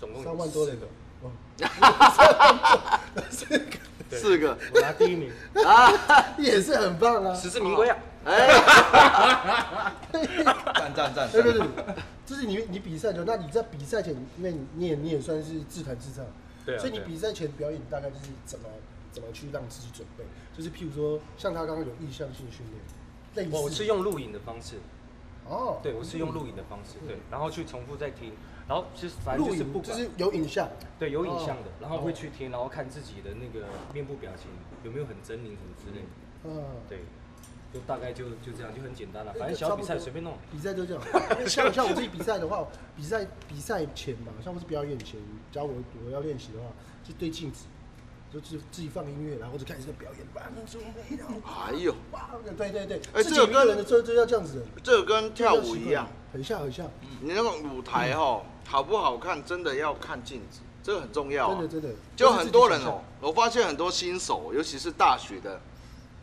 Speaker 5: 总共有
Speaker 2: 三万多
Speaker 5: 四
Speaker 2: 人
Speaker 5: 个，，
Speaker 2: 哦，
Speaker 5: 对
Speaker 3: 四个
Speaker 5: 我拿第一 名，
Speaker 2: 也是很棒啊。
Speaker 5: 实至名归啊！
Speaker 4: 赞赞赞！
Speaker 2: 对对对，就是你你比赛的时候，那你在比赛前，因为你你也你也算是自弹自唱，
Speaker 5: 对啊
Speaker 2: 所以你
Speaker 5: 对啊
Speaker 2: 比赛前表演大概就是怎么怎么去让自己准备，就是譬如说像他刚刚有意向性训练，类似
Speaker 5: 我我是用录影的方式，
Speaker 2: 哦，
Speaker 5: 对我是用录影的方式，对，然后去重复再听，然后其实反正
Speaker 2: 嗯录
Speaker 5: 就是
Speaker 2: 影
Speaker 5: 不
Speaker 2: 就
Speaker 5: 管
Speaker 2: 是有影像，
Speaker 5: 对，有影像的
Speaker 2: 哦，
Speaker 5: 然后会去听，然后看自己的那个面部表情有没有很狰狞什么之类的，
Speaker 2: 嗯，
Speaker 5: 对，就大概就就这样，就很简单了，
Speaker 2: 对
Speaker 5: 反正
Speaker 2: 差
Speaker 5: 小
Speaker 2: 不
Speaker 5: 比赛
Speaker 2: 多
Speaker 5: 随便弄。
Speaker 2: 比 赛就这样。像像我自己比赛的话，比赛比赛前嘛，像我是表演前，假如我我要练习的话，就对镜子，就自自己放音乐，然后就开始在表演，哇，那种美然后
Speaker 3: 哎呦，
Speaker 2: 哇，对对对，
Speaker 3: 哎
Speaker 2: 自己
Speaker 3: 这
Speaker 2: 一
Speaker 3: 个
Speaker 2: 个人的时候就要这样子，
Speaker 3: 这个跟跳舞
Speaker 2: 就
Speaker 3: 一
Speaker 2: 要习惯
Speaker 3: 样，，
Speaker 2: 很像很像，
Speaker 3: 你那种舞台哦，
Speaker 2: 嗯
Speaker 3: 好不好看，真的要看镜子，这个很重要啊
Speaker 2: 真的。真的，
Speaker 3: 就很多人
Speaker 2: 就是自己
Speaker 3: 哦
Speaker 2: 想象，
Speaker 3: 我发现很多新手，尤其是大学的，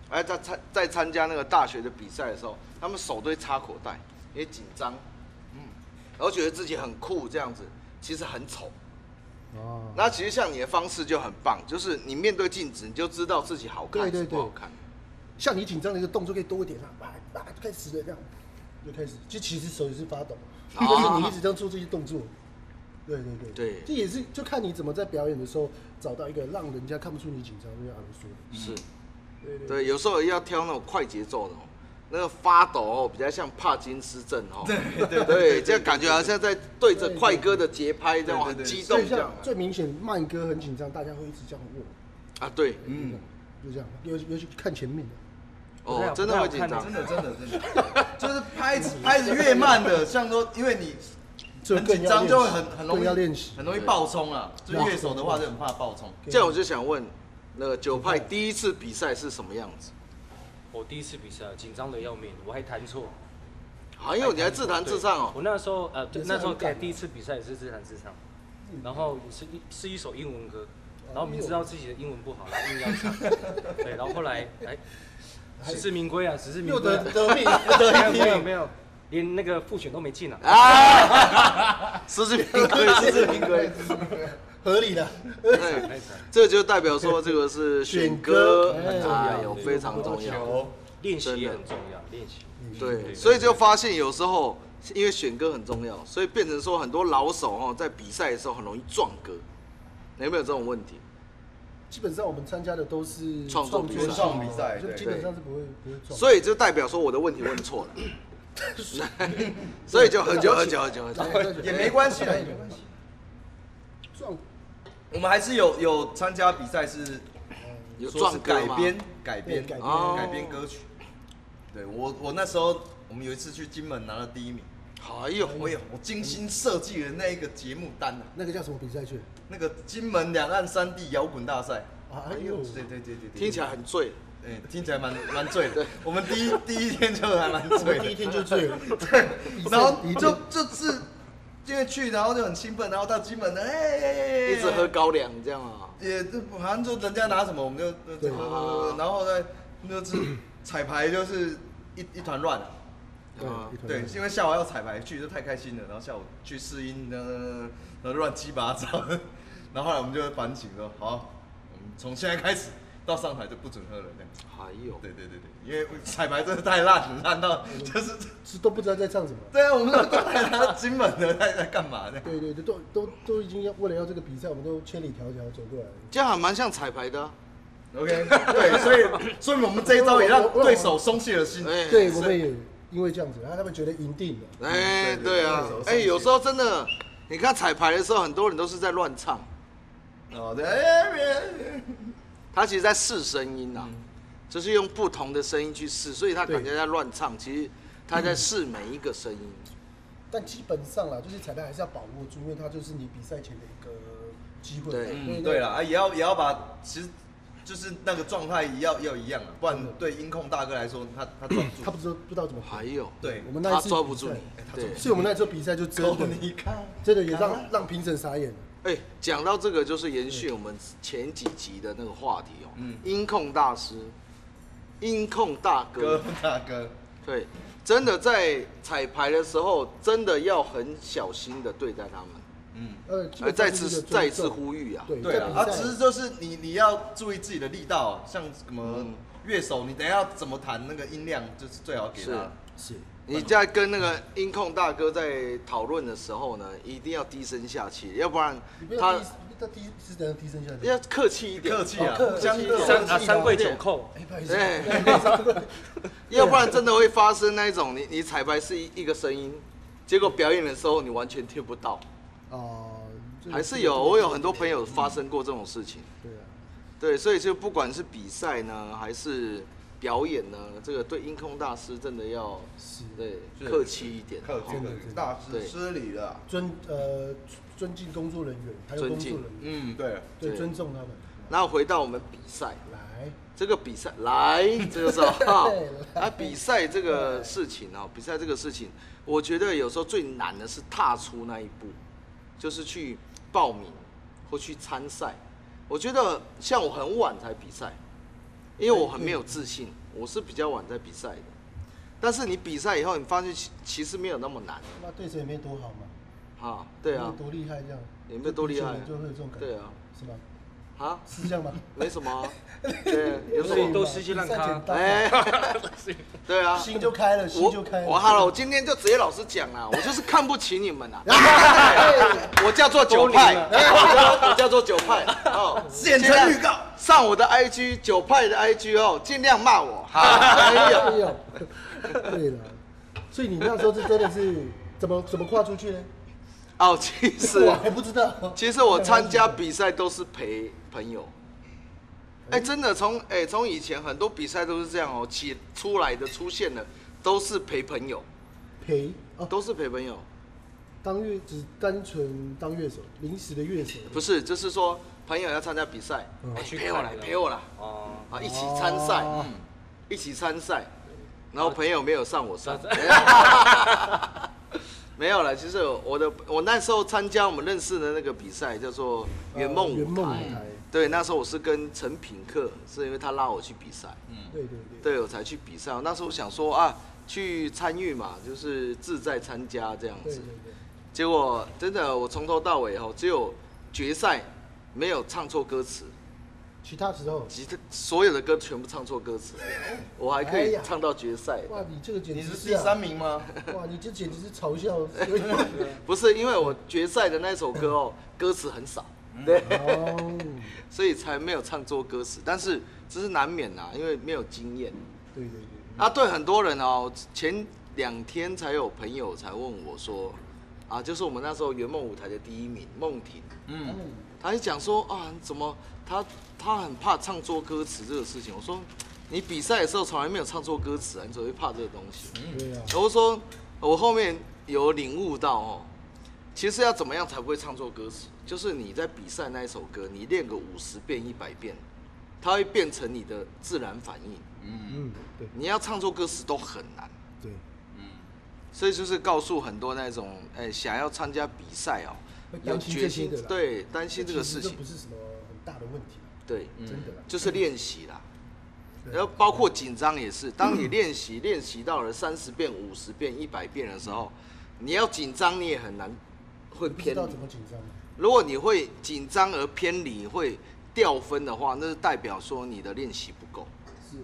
Speaker 3: 哎，在参在参加那个大学的比赛的时候，他们手都会插口袋，也紧张，嗯，然后觉得自己很酷这样子，其实很丑。
Speaker 2: 哦，
Speaker 3: 那其实像你的方式就很棒，就是你面对镜子，你就知道自己好看
Speaker 2: 对对嗯
Speaker 3: 是不
Speaker 2: 对
Speaker 3: 好看。
Speaker 2: 像你紧张的一个动作可以多一点啊，哇哇就开始了这样，就开始，就其实手也是发抖，但是你一直这样做这些动作，对对对，
Speaker 3: 对
Speaker 2: 这也是就看你怎么在表演的时候找到一个让人家看不出你紧张，就像阿如说的，
Speaker 3: 是，
Speaker 2: 对
Speaker 3: 嗯
Speaker 2: 对
Speaker 3: 对，有时候要挑那种快节奏的、哦，那个发抖哦，比较像帕金斯症哦。对对对，这样感觉好像在对着快歌的节拍这样
Speaker 4: 对对
Speaker 3: 很
Speaker 4: 对
Speaker 3: 激
Speaker 2: 所
Speaker 3: 动
Speaker 2: 以
Speaker 3: 这样
Speaker 2: 像最明显慢歌很紧张，大家会一直这样握，
Speaker 3: 啊。对，
Speaker 2: 嗯，就这样，尤其尤其看前面的，
Speaker 5: 不太
Speaker 3: 哦
Speaker 5: 好，
Speaker 3: 真的会紧
Speaker 5: 不太好
Speaker 3: 张
Speaker 5: 看
Speaker 4: 真。的真的真的，就是拍子拍子越慢的，像说，因为你
Speaker 2: 这
Speaker 4: 很
Speaker 2: 更
Speaker 4: 紧
Speaker 2: 要
Speaker 4: 张
Speaker 2: 练
Speaker 4: 就会
Speaker 2: 习
Speaker 4: 很很容
Speaker 2: 更
Speaker 4: 易
Speaker 2: 要练习
Speaker 4: 很容易爆冲啊。就乐手的话就很怕爆冲。
Speaker 3: 这样我就想问，那个九派第一次比赛是什么样子？
Speaker 5: 我第一次比赛紧张的要命，我还弹错，
Speaker 3: 好像你还自弹自唱哦。
Speaker 5: 我那时候呃，对
Speaker 2: 也是
Speaker 5: 那时候
Speaker 2: 很嗯敢
Speaker 5: 对
Speaker 2: 啊
Speaker 5: 第一次比赛也是自弹自唱，然后也是一是一首英文歌，
Speaker 2: 哦
Speaker 5: 然后明知道自己的英文不好，然后硬要 唱，对，然后后来哎，实至名归啊，实至名
Speaker 2: 又
Speaker 5: 归
Speaker 2: 得
Speaker 5: 啊，
Speaker 2: 得病，
Speaker 5: 没有
Speaker 2: 得一
Speaker 5: 没有
Speaker 2: 病，
Speaker 5: 没有，连那个复选都没进啊，
Speaker 3: 啊，失去平归，失去平归。
Speaker 2: 合理的。
Speaker 3: 对，
Speaker 5: 太惨了
Speaker 3: 这就代表说这个是选歌，
Speaker 2: 选歌很重
Speaker 3: 哎
Speaker 5: 要
Speaker 3: 有非常重要。
Speaker 5: 练习
Speaker 3: 真
Speaker 5: 也
Speaker 3: 的
Speaker 5: 很重要，练习。
Speaker 3: 对，所以就发现有时候因为选歌很重要，所以变成说很多老手哦，在比赛的时候很容易撞歌。你有没有这种问题？
Speaker 2: 基本上我们参加的都是
Speaker 3: 创作比赛
Speaker 2: 型
Speaker 4: 创比赛
Speaker 2: 就
Speaker 4: 对
Speaker 2: 基本上是不会不会撞。
Speaker 3: 所以就代表说我的问题问错了，所以就喝酒喝酒喝酒喝酒。
Speaker 2: 以
Speaker 4: 也没关系的，也没关系。
Speaker 2: 撞
Speaker 4: 我们还是有有参加比赛是
Speaker 3: 有
Speaker 4: 说
Speaker 3: 撞
Speaker 4: 是
Speaker 3: 歌
Speaker 4: 改
Speaker 3: 吗？
Speaker 4: 编改
Speaker 2: 对
Speaker 4: 编
Speaker 2: 改编
Speaker 3: 哦
Speaker 4: 改编歌曲。对我我那时候我们有一次去金门拿了第一名，
Speaker 3: 哎呦，
Speaker 4: 哎呦，我精心设计了那一个节目单啊，
Speaker 2: 那个叫什么比赛去？
Speaker 4: 那个金门两岸三地摇滚大赛。
Speaker 2: 哎呦
Speaker 4: 对对对对对，
Speaker 3: 听起来很醉。
Speaker 4: 哎、听起来蛮蛮醉的。我们第一第一天就还蛮醉的，
Speaker 2: 第一天就醉了，
Speaker 4: 然后就就是因为去，然后就很兴奋，然后到金门呢，哎、哎哎
Speaker 3: 一直喝，高粱这样啊？
Speaker 4: 也就好像就人家拿什么我们就就就喝喝喝，然后呢就是彩排就是一一团乱、啊。
Speaker 2: 对一团
Speaker 4: 对
Speaker 2: 人，
Speaker 4: 因为下午要彩排去，就太开心了。然后下午去试音，呃，然后乱七八糟。 然后后来我们就反省说，好，我们从现在开始到上台就不准喝了，这样。
Speaker 3: 哎呦，
Speaker 4: 对对对对，因为彩排真的太烂了，烂到就是，
Speaker 2: 是都不知道在唱什么。
Speaker 4: 对啊，我们都在他金门的在在干嘛呢？
Speaker 2: 对对对，都都都已经要为了要这个比赛，我们都千里迢迢走过来了。
Speaker 3: 这样还蛮像彩排的啊、
Speaker 4: OK，对，所以所以我们这一招也让对手松懈了心。
Speaker 3: 哎
Speaker 2: 对，我们也因为这样子，然后他们觉得赢定了。
Speaker 3: 哎，
Speaker 4: 嗯对
Speaker 3: 对啊
Speaker 4: 对对，
Speaker 3: 哎，有时候真的，你看彩排的时候，很多人都是在乱唱，
Speaker 4: 哦，对，哎别
Speaker 3: 他其实在试声音啊，
Speaker 2: 嗯
Speaker 3: 就是用不
Speaker 2: 嗯
Speaker 3: 同的声音去试，所以他感觉在乱唱，其实他在试每一个声音。
Speaker 2: 但基本上啦，就是彩排还是要把握住，因为它就是你比赛前的一个机会。
Speaker 3: 对
Speaker 2: 所以
Speaker 4: 嗯，
Speaker 2: 那
Speaker 4: 对了啊，也要也要把其实就是那个状态也要要一样啊，不然对音控大哥来说，他他抓不
Speaker 2: 他
Speaker 4: 住
Speaker 2: 不，知道不知道怎么
Speaker 3: 还
Speaker 2: 拍，
Speaker 3: 有，
Speaker 4: 对
Speaker 2: 我们那
Speaker 3: 他
Speaker 2: 一次
Speaker 3: 抓不住
Speaker 2: 比
Speaker 3: 你
Speaker 2: 赛，哎
Speaker 3: 对。
Speaker 2: 所以我们那时候比赛就 真
Speaker 4: 够
Speaker 2: 的
Speaker 4: 你看，
Speaker 2: 真的也让让评审傻眼了。
Speaker 3: 哎，讲到这个，就是延续我们前几集的那个话题哦，
Speaker 4: 嗯
Speaker 3: 音控大师，音控大
Speaker 4: 哥
Speaker 3: 哥，
Speaker 4: 大哥，
Speaker 3: 对，真的在彩排的时候，真的要很小心的对待他们。
Speaker 4: 嗯，
Speaker 2: 呃，基
Speaker 3: 哎，
Speaker 2: 本上
Speaker 3: 再
Speaker 2: 是一
Speaker 3: 次
Speaker 2: 个
Speaker 3: 再
Speaker 2: 尊
Speaker 3: 次
Speaker 2: 重
Speaker 3: 呼吁啊，
Speaker 2: 对
Speaker 4: 对
Speaker 2: 在
Speaker 4: 了
Speaker 2: 比
Speaker 4: 啊，
Speaker 2: 赛
Speaker 4: 只是就是你你要注意自己的力道啊，像什么
Speaker 3: 嗯
Speaker 4: 乐手，你等一下怎么弹那个音量，就是最好给
Speaker 3: 是
Speaker 4: 他。
Speaker 2: 是
Speaker 3: 你在跟那个音控大哥在讨论的时候呢，一定要低声下气，要不然
Speaker 2: 你不要
Speaker 3: 他
Speaker 2: 低，他低是等下低声下去。
Speaker 3: 要客气一点，
Speaker 4: 客气啊，
Speaker 2: 哦
Speaker 4: 互相
Speaker 2: 客气
Speaker 4: 都有
Speaker 5: 三
Speaker 4: 客
Speaker 5: 啊
Speaker 4: 气
Speaker 5: 三跪九叩，
Speaker 2: 哎，不好意思，
Speaker 3: 对，哎 要不然真的会发生那一种，你你彩排是一一个声音，结果表演的时候你完全听不到，
Speaker 2: 哦，这个
Speaker 3: 还是有，我有很多朋友发生过这种事情。
Speaker 2: 对啊，
Speaker 3: 对，所以就不管是比赛呢，还是表演呢，这个对音控大师真的要
Speaker 2: 是
Speaker 3: 对
Speaker 4: 是
Speaker 3: 客气一点，
Speaker 4: 客气
Speaker 2: 真的
Speaker 4: 客气
Speaker 2: 真的
Speaker 4: 大
Speaker 3: 对
Speaker 4: 师失礼了啊。
Speaker 2: 尊呃尊敬工作人员，还有
Speaker 3: 尊
Speaker 2: 工作
Speaker 3: 敬
Speaker 2: 人员，
Speaker 4: 嗯，对了，
Speaker 2: 对
Speaker 3: 对
Speaker 2: 尊重他们。
Speaker 3: 那回到我们比赛，
Speaker 2: 来，
Speaker 3: 这个比赛来，这个是哈
Speaker 2: 来
Speaker 3: 啊，比赛这个事情啊，比赛这个事情，我觉得有时候最难的是踏出那一步，就是去报名或去参赛。我觉得像我很晚才比赛，因为我很没有自信，我是比较晚在比赛的。但是你比赛以后，你发现其其实没有那么难
Speaker 2: 那对手也没多好嘛，
Speaker 3: 啊，对啊
Speaker 2: 没，多厉害这样，
Speaker 3: 也没有多厉害
Speaker 2: 就会有这种感觉，
Speaker 3: 对啊，
Speaker 2: 是吧？
Speaker 3: 啊，
Speaker 2: 是这样吗？
Speaker 3: 没什 么啊，对，有
Speaker 2: 啊
Speaker 3: 什
Speaker 5: 所以
Speaker 3: 么？
Speaker 5: 都是一些烂
Speaker 2: 比赛
Speaker 5: 咖
Speaker 2: 简。单
Speaker 3: 哎，对啊，
Speaker 2: 心就开了，心
Speaker 3: 我
Speaker 2: 就开了。
Speaker 3: 我好了，我今天就直接老实讲 啦，我就是看不起你们啦。
Speaker 2: 哎
Speaker 3: 我叫做九派， 我叫做九派哦。
Speaker 4: 现成预告，
Speaker 3: 上我的 IG 九派的 IG 哦，尽量骂我。哎
Speaker 2: 哎
Speaker 3: 呀，
Speaker 2: 呦， 对了，所以你那时候是真的是怎么怎么跨出去呢？
Speaker 3: 哦，其实
Speaker 2: 我还不知道。
Speaker 3: 其实我参加比赛都是陪朋友。哎，真的从哎从以前很多比赛都是这样哦，起出来的出现的都是陪朋友，
Speaker 2: 陪哦，
Speaker 3: 都是陪朋友。
Speaker 2: 当乐只单纯当乐手，临时的乐手。
Speaker 3: 不是，就是说朋友要参加比赛，
Speaker 4: 哦
Speaker 2: 嗯
Speaker 3: 哎
Speaker 5: 去
Speaker 3: 陪我
Speaker 5: 看
Speaker 3: 来，
Speaker 5: 了
Speaker 3: 陪我来。
Speaker 5: 哦，
Speaker 3: 啊，一起参赛，
Speaker 2: 哦
Speaker 3: 嗯一起参赛，然后朋友没有上我
Speaker 2: 啊
Speaker 3: 上，哎 没有了。其实我的我那时候参加我们认识的那个比赛叫做圆梦
Speaker 2: 圆
Speaker 3: 舞
Speaker 2: 啊梦
Speaker 3: 台
Speaker 2: 舞台，
Speaker 3: 对，那时候我是跟陈品克，是因为他拉我去比赛，
Speaker 2: 对对对。
Speaker 3: 对我才去比赛。那时候想说啊，去参与嘛，就是自在参加这样
Speaker 2: 对
Speaker 3: 子
Speaker 2: 对。对，
Speaker 3: 结果真的我从头到尾哦，只有决赛没有唱错歌词。
Speaker 2: 其他时候，
Speaker 3: 吉他所有的歌全部唱错歌词，我还可
Speaker 2: 哎
Speaker 3: 以
Speaker 2: 呀
Speaker 3: 唱到决赛。
Speaker 2: 哇，你这个简
Speaker 4: 你
Speaker 2: 直
Speaker 4: 是
Speaker 2: 是
Speaker 4: 第三名吗？
Speaker 2: 啊，哇，你这简直是嘲笑。
Speaker 3: 不是因为我决赛的那首歌哦，歌词很少，对，
Speaker 2: 哦，
Speaker 3: 所以才没有唱错歌词。但是这是难免啦、因为没有经验
Speaker 2: 对对对，
Speaker 3: 啊。对很多人哦，前两天才有朋友才问我说，啊，就是我们那时候圆梦舞台的第一名梦婷，
Speaker 4: 嗯，
Speaker 3: 他就讲说啊，怎么他他很怕唱错歌词这个事情。我说你比赛的时候从来没有唱错歌词啊，你怎么会怕这个东西？
Speaker 4: 嗯
Speaker 2: 对啊，
Speaker 3: 我说，我后面有领悟到哦，其实要怎么样才不会唱错歌词，就是你在比赛那一首歌，你练个五十遍、一百遍，它会变成你的自然反应。
Speaker 2: 嗯，对
Speaker 3: 你要唱错歌词都很难，
Speaker 2: 对，
Speaker 3: 所以就是告诉很多那种哎、想要参加比赛哦，有
Speaker 2: 担心
Speaker 3: 决
Speaker 2: 这些
Speaker 3: 心
Speaker 2: 的啦，
Speaker 3: 对担心这个事
Speaker 2: 其实
Speaker 3: 情
Speaker 2: 不，是什么很大的问题，
Speaker 3: 对，
Speaker 2: 真的啦。
Speaker 3: 就是练习啦。
Speaker 2: 对
Speaker 3: 然后包括紧张也是，当你练习练习到了三十遍、五十遍、一百遍的时候，你要紧张你也很难会
Speaker 2: 不知
Speaker 3: 偏
Speaker 2: 道
Speaker 3: 离
Speaker 2: 怎。么紧张，
Speaker 3: 如果你会紧张而偏离会掉分的话，那是代表说你的练习不够。
Speaker 2: 是，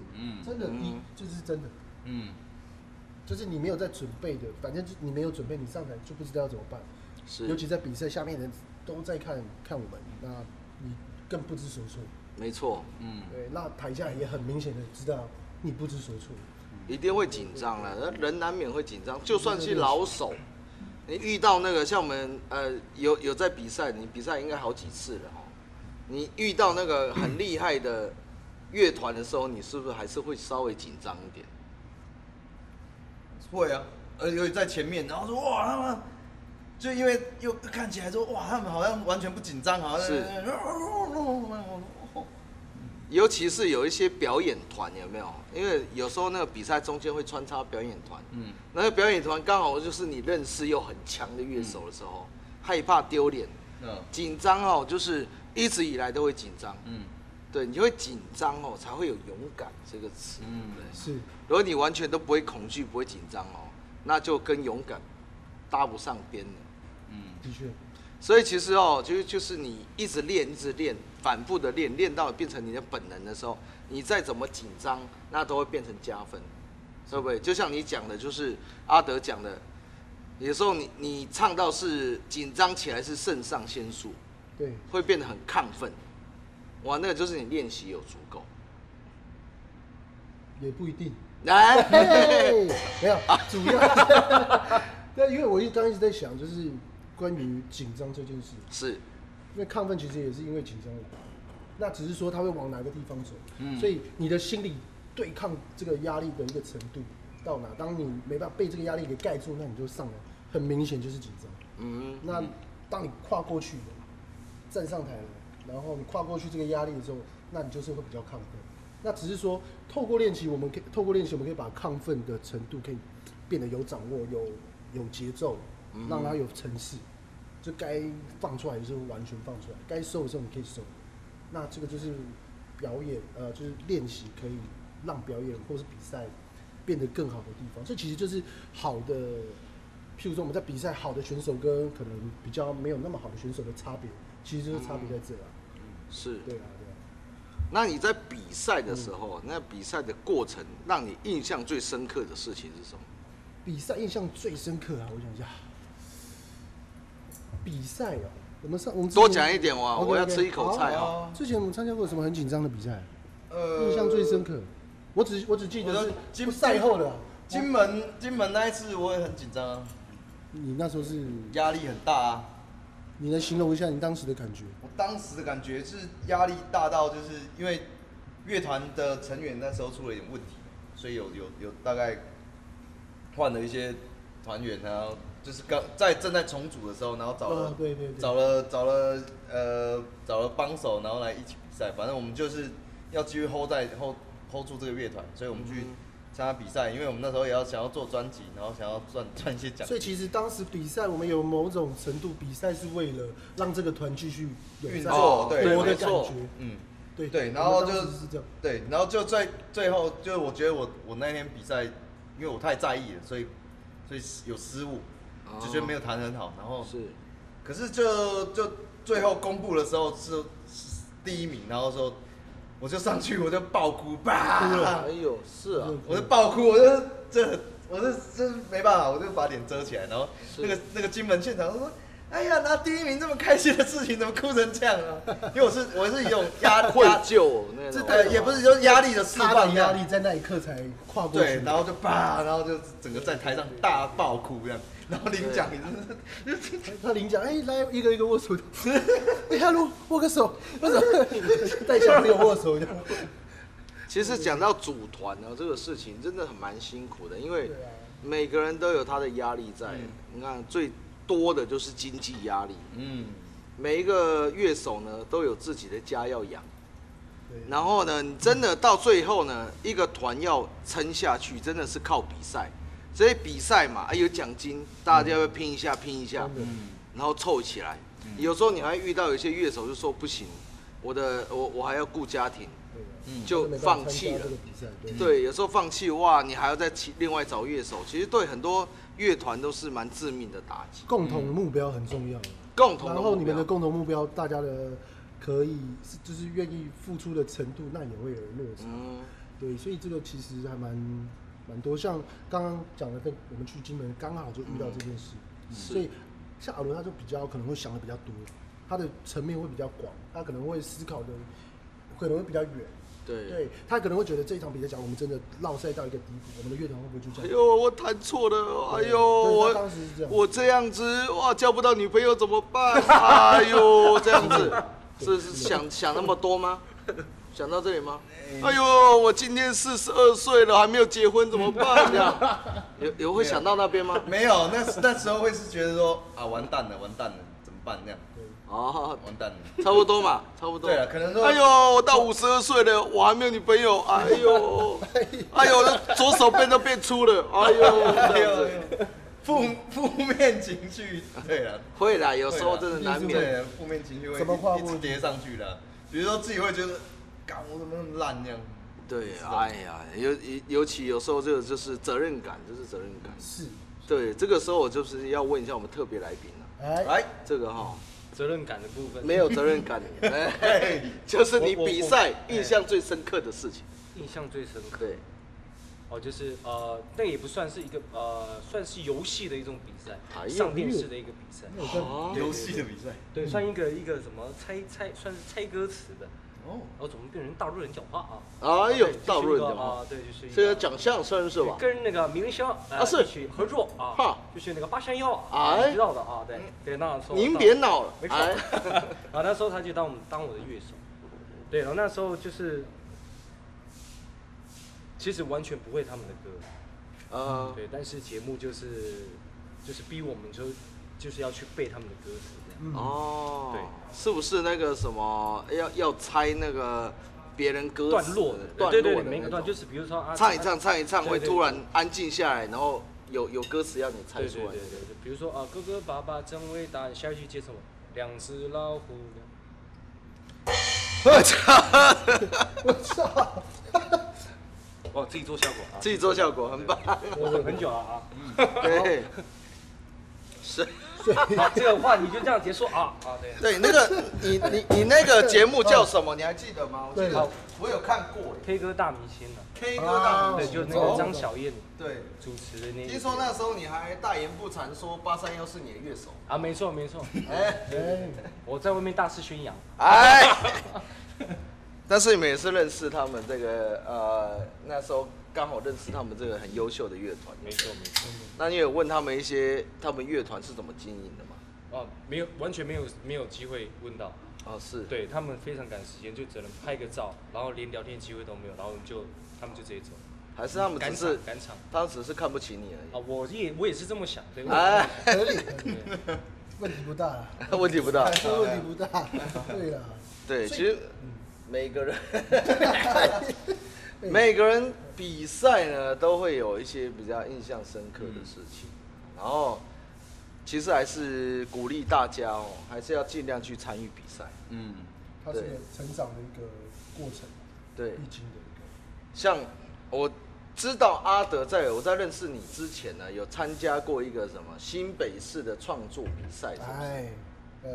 Speaker 2: 真的，你就是真的，
Speaker 4: 嗯，
Speaker 2: 就是你没有在准备的，反正就你没有准备，你上台就不知道要怎么办。尤
Speaker 3: 是，
Speaker 2: 其在比赛下面的人都在看看我们，那你更不知所措。
Speaker 3: 没错，
Speaker 2: 对，那台下也很明显的知道你不知所措。
Speaker 3: 一定会紧张了。那人难免会紧张，就算是老手，你遇到那个像我们呃有有在比赛，你比赛应该好几次了哦。你遇到那个很厉害的乐团的时候，你是不是还是会稍微紧张一点？
Speaker 4: 会啊，而且在前面，然后说哇他们。就因为又看起来说哇，他们好像完全不紧张，啊好像
Speaker 3: 是尤其是有一些表演团有没有？因为有时候那个比赛中间会穿插表演团，
Speaker 4: 嗯，
Speaker 3: 那个表演团刚好就是你认识又很强的乐手的时候，害怕丢脸，
Speaker 4: 嗯
Speaker 3: 紧张哦，就是一直以来都会紧张，
Speaker 4: 嗯
Speaker 3: 对，你会紧张哦，才会有勇敢这个词。
Speaker 4: 嗯，
Speaker 2: 是
Speaker 3: 如果你完全都不会恐惧、不会紧张哦，那就跟勇敢搭不上边了。
Speaker 4: 嗯
Speaker 2: 的确，
Speaker 3: 所以其实哦，就是就是你一直练，一直练，反复的练，练到变成你的本能的时候，你再怎么紧张，那都会变成加分，对不对？就像你讲的，就是阿德讲的，有时候你你唱到是紧张起来是肾上腺素，
Speaker 2: 对，
Speaker 3: 会变得很亢奋，哇，那个就是你练习有足够。
Speaker 2: 也不一定。
Speaker 3: 来，
Speaker 2: 嘿啊没有，主 要，对，因为我一刚一直在想，就是关于紧张这件事，
Speaker 3: 是
Speaker 2: 因为亢奋其实也是因为紧张的，那只是说它会往哪个地方走，
Speaker 4: 嗯
Speaker 2: 所以你的心理对抗这个压力的一个程度到哪，当你没办法被这个压力给盖住，那你就上来，很明显就是紧张。
Speaker 3: 嗯，
Speaker 2: 那当你跨过去了，站上台了，然后你跨过去这个压力的时候，那你就是会比较亢奋。那只是说，透过练习，我们可以透过练习，我们可以把亢奋的程度可以变得有掌握、有有节奏，让它有层次。就该放出来的时候完全放出来，该收的时候你可以收。那这个就是表演，呃，就是练习可以让表演或是比赛变得更好的地方。这其实就是好的，譬如说我们在比赛好的选手跟可能比较没有那么好的选手的差别，其实就是差
Speaker 3: 嗯
Speaker 2: 别在这啊。
Speaker 3: 是。
Speaker 2: 对啊，对啊。
Speaker 3: 那你在比赛的时候，那比赛的过程让你印象最深刻的事情是什么？
Speaker 2: 比赛印象最深刻啊，我想一下，比赛啊，我们上我们之前哦
Speaker 3: 多讲一点哇
Speaker 2: OK，OK，
Speaker 3: 我要吃一口菜
Speaker 2: 好
Speaker 4: 哦
Speaker 2: 之前我们参加过什么很紧张的比赛？
Speaker 4: 呃
Speaker 2: 印象最深刻，我只我只记
Speaker 4: 我
Speaker 2: 得
Speaker 4: 的
Speaker 2: 是
Speaker 4: 呃金
Speaker 2: 赛后的啊。
Speaker 4: 金门金门那一次我也很紧张啊，
Speaker 2: 你那时候是，
Speaker 4: 压力很大啊。
Speaker 2: 你能形容一下你当时的感觉？
Speaker 4: 我当时的感觉是压力大到，就是因为乐团的成员那时候出了一点问题，所以有有有大概换了一些团员，然后就是刚在正在重组的时候，然后找了、
Speaker 2: 哦对对对
Speaker 4: 找了找了呃找了帮手，然后来一起比赛。反正我们就是要继续 hold 在 hold hold 住这个乐团，所以我们去
Speaker 2: 嗯
Speaker 4: 参加比赛，因为我们那时候也要想要做专辑，然后想要赚赚一些奖
Speaker 2: 所以其实当时比赛，我们有某种程度比赛是为了让这个团继续有
Speaker 4: 运
Speaker 2: 在
Speaker 4: 作，
Speaker 3: 哦
Speaker 4: 对，
Speaker 2: 活
Speaker 4: 没
Speaker 2: 的感
Speaker 4: 错
Speaker 2: 觉。
Speaker 4: 嗯。
Speaker 2: 对
Speaker 4: 对，
Speaker 2: 我
Speaker 4: 然后
Speaker 2: 们
Speaker 4: 就
Speaker 2: 当时是这样。
Speaker 4: 对，然后就最最后就是我觉得我我那天比赛，因为我太在意了，所以所以有失误，就觉得没
Speaker 2: 哦
Speaker 4: 有弹得很好。然后
Speaker 3: 是
Speaker 4: 可是就就最后公布的时候是是第一名，然后说我就上去我就爆哭吧
Speaker 3: 哎，呦，是啊，
Speaker 4: 我就爆哭，我就这我这这没办法，我就把脸遮起来，然后
Speaker 3: 是
Speaker 4: 那个那个金门现场说。哎呀，拿第一名这么开心的事情，怎么哭成这样啊？因为我是我是一种 压
Speaker 3: 愧
Speaker 4: 压
Speaker 3: 疚那
Speaker 4: 这
Speaker 3: 种，
Speaker 4: 对，也不是就是压力的释
Speaker 2: 他
Speaker 4: 放
Speaker 2: 的
Speaker 4: 这样
Speaker 2: 压力在那一刻才跨过去
Speaker 4: 啊对，。然后就叭，然后就整个在台上大爆哭这样，然后领奖也是，
Speaker 2: 他领奖，哎、来一个一个握手，哎哈喽，握个手，握手，带小朋友握手，这样
Speaker 3: 其实讲到组团哦呢，这个事情真的很蛮辛苦的，因为
Speaker 2: 对啊
Speaker 3: 每个人都有他的压力在。你看，最多的就是经济压力，
Speaker 4: 嗯，
Speaker 3: 每一个乐手呢都有自己的家要养。
Speaker 2: 对
Speaker 3: 然后呢，你真的到最后呢，一个团要撑下去，真的是靠比赛。所以比赛嘛，啊有奖金，大家就会拼一下，拼一下，然后凑起来。有时候你还遇到有一些乐手就说不行，我的我我还要顾家庭，
Speaker 2: 对啊
Speaker 3: 就
Speaker 2: 真的没办法
Speaker 3: 放弃
Speaker 2: 参
Speaker 3: 了
Speaker 2: 加这个。比赛，对，
Speaker 3: 对，有时候放弃哇，你还要再其另外找乐手，其实对很多乐团都是蛮致命的打击。
Speaker 2: 共同目标很重要。
Speaker 3: 共同的
Speaker 2: 然后你
Speaker 3: 目标
Speaker 2: 们的共同目标，大家的可以是就是愿意付出的程度，那也会有落差。
Speaker 3: 嗯，
Speaker 2: 对，所以这个其实还蛮蛮多。像刚刚讲的，跟我们去金门刚好就遇到这件事，
Speaker 3: 嗯
Speaker 2: 所以像阿伦他就比较可能会想的比较多，他的层面会比较广，他可能会思考的可能会比较远。
Speaker 3: 对。
Speaker 2: 对他可能会觉得这一场比赛，讲我们真的落赛到一个低谷，我们的乐团会不会就这
Speaker 3: 哎
Speaker 2: 样？
Speaker 3: 呦，我弹错了，哎
Speaker 2: 对
Speaker 3: 呦，
Speaker 2: 对他
Speaker 3: 我
Speaker 2: 当时是这样
Speaker 3: 我这样子哇，交不到女朋友怎么办？哎呦，这样子，这是想想那么多吗？讲到这里吗？哎呦，我今天四十二岁了，还没有结婚，怎么办呀？有有会想到那边吗？
Speaker 4: 没有，那时那时候会是觉得说啊，完蛋了，完蛋了，怎么办那样？
Speaker 3: 哦，
Speaker 4: 完蛋了。
Speaker 3: 差不多嘛，差不多。
Speaker 4: 对了，可能说，
Speaker 3: 哎呦，，我到五十二岁了，我还没有女朋友，哎呦，哎呦，这左手边都变粗了，哎呦，
Speaker 4: 哎
Speaker 3: 这样
Speaker 4: 呦
Speaker 3: 子
Speaker 4: 哎呦，负负面情绪，对了，
Speaker 3: 会啦，有时候真的
Speaker 4: 对啦
Speaker 3: 难免。
Speaker 4: 对啊负面情绪会
Speaker 2: 怎么化
Speaker 4: 一直
Speaker 2: 不
Speaker 4: 叠上去的，啊比如说自己会觉得，干我怎么那么烂这样？
Speaker 3: 对，哎呀，尤尤其有时候这个就是责任感，就是责任感。
Speaker 2: 是，
Speaker 3: 对，这个时候我就是要问一下我们特别来宾了、
Speaker 2: 哎，
Speaker 4: 来，
Speaker 3: 这个哈、
Speaker 5: 责任感的部分，
Speaker 3: 没有责任感， 哎
Speaker 4: 嘿
Speaker 3: 就是你
Speaker 5: 我我
Speaker 3: 比赛印象最深刻的事情。
Speaker 5: 印象最深刻。
Speaker 3: 对，
Speaker 5: 哦，就是呃，那也不算是一个呃，算是游戏的一种比赛
Speaker 3: 哎，呦
Speaker 5: 上电视的一个比赛，
Speaker 2: 有跟
Speaker 3: 哦
Speaker 4: 游戏的比赛，
Speaker 5: 对，算一个一个什么猜猜，算是猜歌词的。
Speaker 4: 哦，
Speaker 5: 然后怎么变成大陆人讲话啊？
Speaker 3: 哎呦
Speaker 5: 对就是一，个
Speaker 3: 道润的
Speaker 5: 啊
Speaker 3: 哈，，
Speaker 5: 对，就是一
Speaker 3: 这个奖项算是吧？
Speaker 5: 跟那个明星
Speaker 3: 啊
Speaker 5: 啊
Speaker 3: 是
Speaker 5: 一起合作
Speaker 3: 哈
Speaker 5: 啊，就是那个八三幺，
Speaker 3: 哎嗯
Speaker 5: 啊，你知道的啊，对对，那时候
Speaker 3: 您
Speaker 5: 到
Speaker 3: 别闹了，
Speaker 5: 没错。
Speaker 3: 哎，
Speaker 5: 然后那时候他就当我们当我的乐手，对，然后那时候就是，其实完全不会他们的歌，
Speaker 3: 呃，
Speaker 5: 对，但是节目就是就是逼我们就就是要去背他们的歌词这样。
Speaker 3: 哦，
Speaker 5: 对，
Speaker 3: 是不是那个什么要要猜那个别人歌
Speaker 5: 段
Speaker 3: 词
Speaker 5: 落的
Speaker 3: 的，段
Speaker 5: 对对
Speaker 3: 落
Speaker 5: 对
Speaker 3: 的
Speaker 5: 对，每
Speaker 3: 那
Speaker 5: 个段
Speaker 3: 种
Speaker 5: 就是比如说啊，
Speaker 3: 唱一唱，唱一唱，
Speaker 5: 对
Speaker 3: 会
Speaker 5: 对
Speaker 3: 突然安静下来，然后有有歌词要你猜
Speaker 5: 对
Speaker 3: 出
Speaker 5: 对
Speaker 3: 来
Speaker 5: 对。对，对比如说啊，哥哥爸爸真伟大，下一句接什么？两只老虎。
Speaker 2: 我操，
Speaker 5: 哇，自己做效果啊，
Speaker 3: 自己做效果很棒，
Speaker 5: 我等很久了啊。
Speaker 3: 对，是。
Speaker 5: 好，这个话你就这样结束啊啊，对。
Speaker 3: 对，那个你你你那个节目叫什么？你还记得吗？我记
Speaker 2: 对
Speaker 3: 得我有看过耶
Speaker 5: K 歌大明星了，
Speaker 3: K 歌
Speaker 4: 啊
Speaker 3: 大
Speaker 2: 哦
Speaker 3: 明
Speaker 5: 对，
Speaker 3: 星，
Speaker 5: 就那个张小燕
Speaker 3: 对。
Speaker 5: 主持的那一集。
Speaker 3: 听
Speaker 4: 哦
Speaker 3: 说那时候你还大言不惭说八三幺是你的乐手，
Speaker 5: 啊，没错没错，
Speaker 4: 嗯
Speaker 3: 哎
Speaker 2: 哎，
Speaker 5: 我在外面大肆宣扬。
Speaker 3: 哎， 但是你们也是认识他们这个呃，那时候刚好认识他们这个很优秀的乐团。
Speaker 5: 没错没错。
Speaker 3: 那你有问他们一些他们乐团是怎么经营的吗？
Speaker 5: 哦，没有，完全没有没有机会问到。
Speaker 3: 哦，是，
Speaker 5: 对他们非常赶时间，就只能拍个照，然后连聊天机会都没有，然后我们就他们就直接走，
Speaker 3: 还是他们
Speaker 5: 赶
Speaker 3: 只
Speaker 5: 场
Speaker 3: 是
Speaker 5: 赶场。
Speaker 3: 他们只是看不起你
Speaker 5: 啊，我也我也是这么想，对。
Speaker 3: 而已。哎，
Speaker 2: 合理，
Speaker 5: 对
Speaker 2: 问题不大啦，
Speaker 3: 问题不大
Speaker 2: 还。是问题不
Speaker 3: 啊
Speaker 2: 大，对啦，
Speaker 3: 对，其实
Speaker 2: 嗯
Speaker 3: 每个人 每个人比赛呢都会有一些比较印象深刻的事情，
Speaker 2: 嗯
Speaker 3: 然后其实还是鼓励大家哦，还是要尽量去参与比赛。
Speaker 4: 嗯，
Speaker 2: 它是
Speaker 3: 对
Speaker 2: 个成长的一个过程，
Speaker 3: 对，
Speaker 2: 必经的一
Speaker 3: 像我知道阿德在我在认识你之前呢，有参加过一个什么新北市的创作比赛，是
Speaker 2: 个，
Speaker 3: 不是？
Speaker 2: 哎，呃，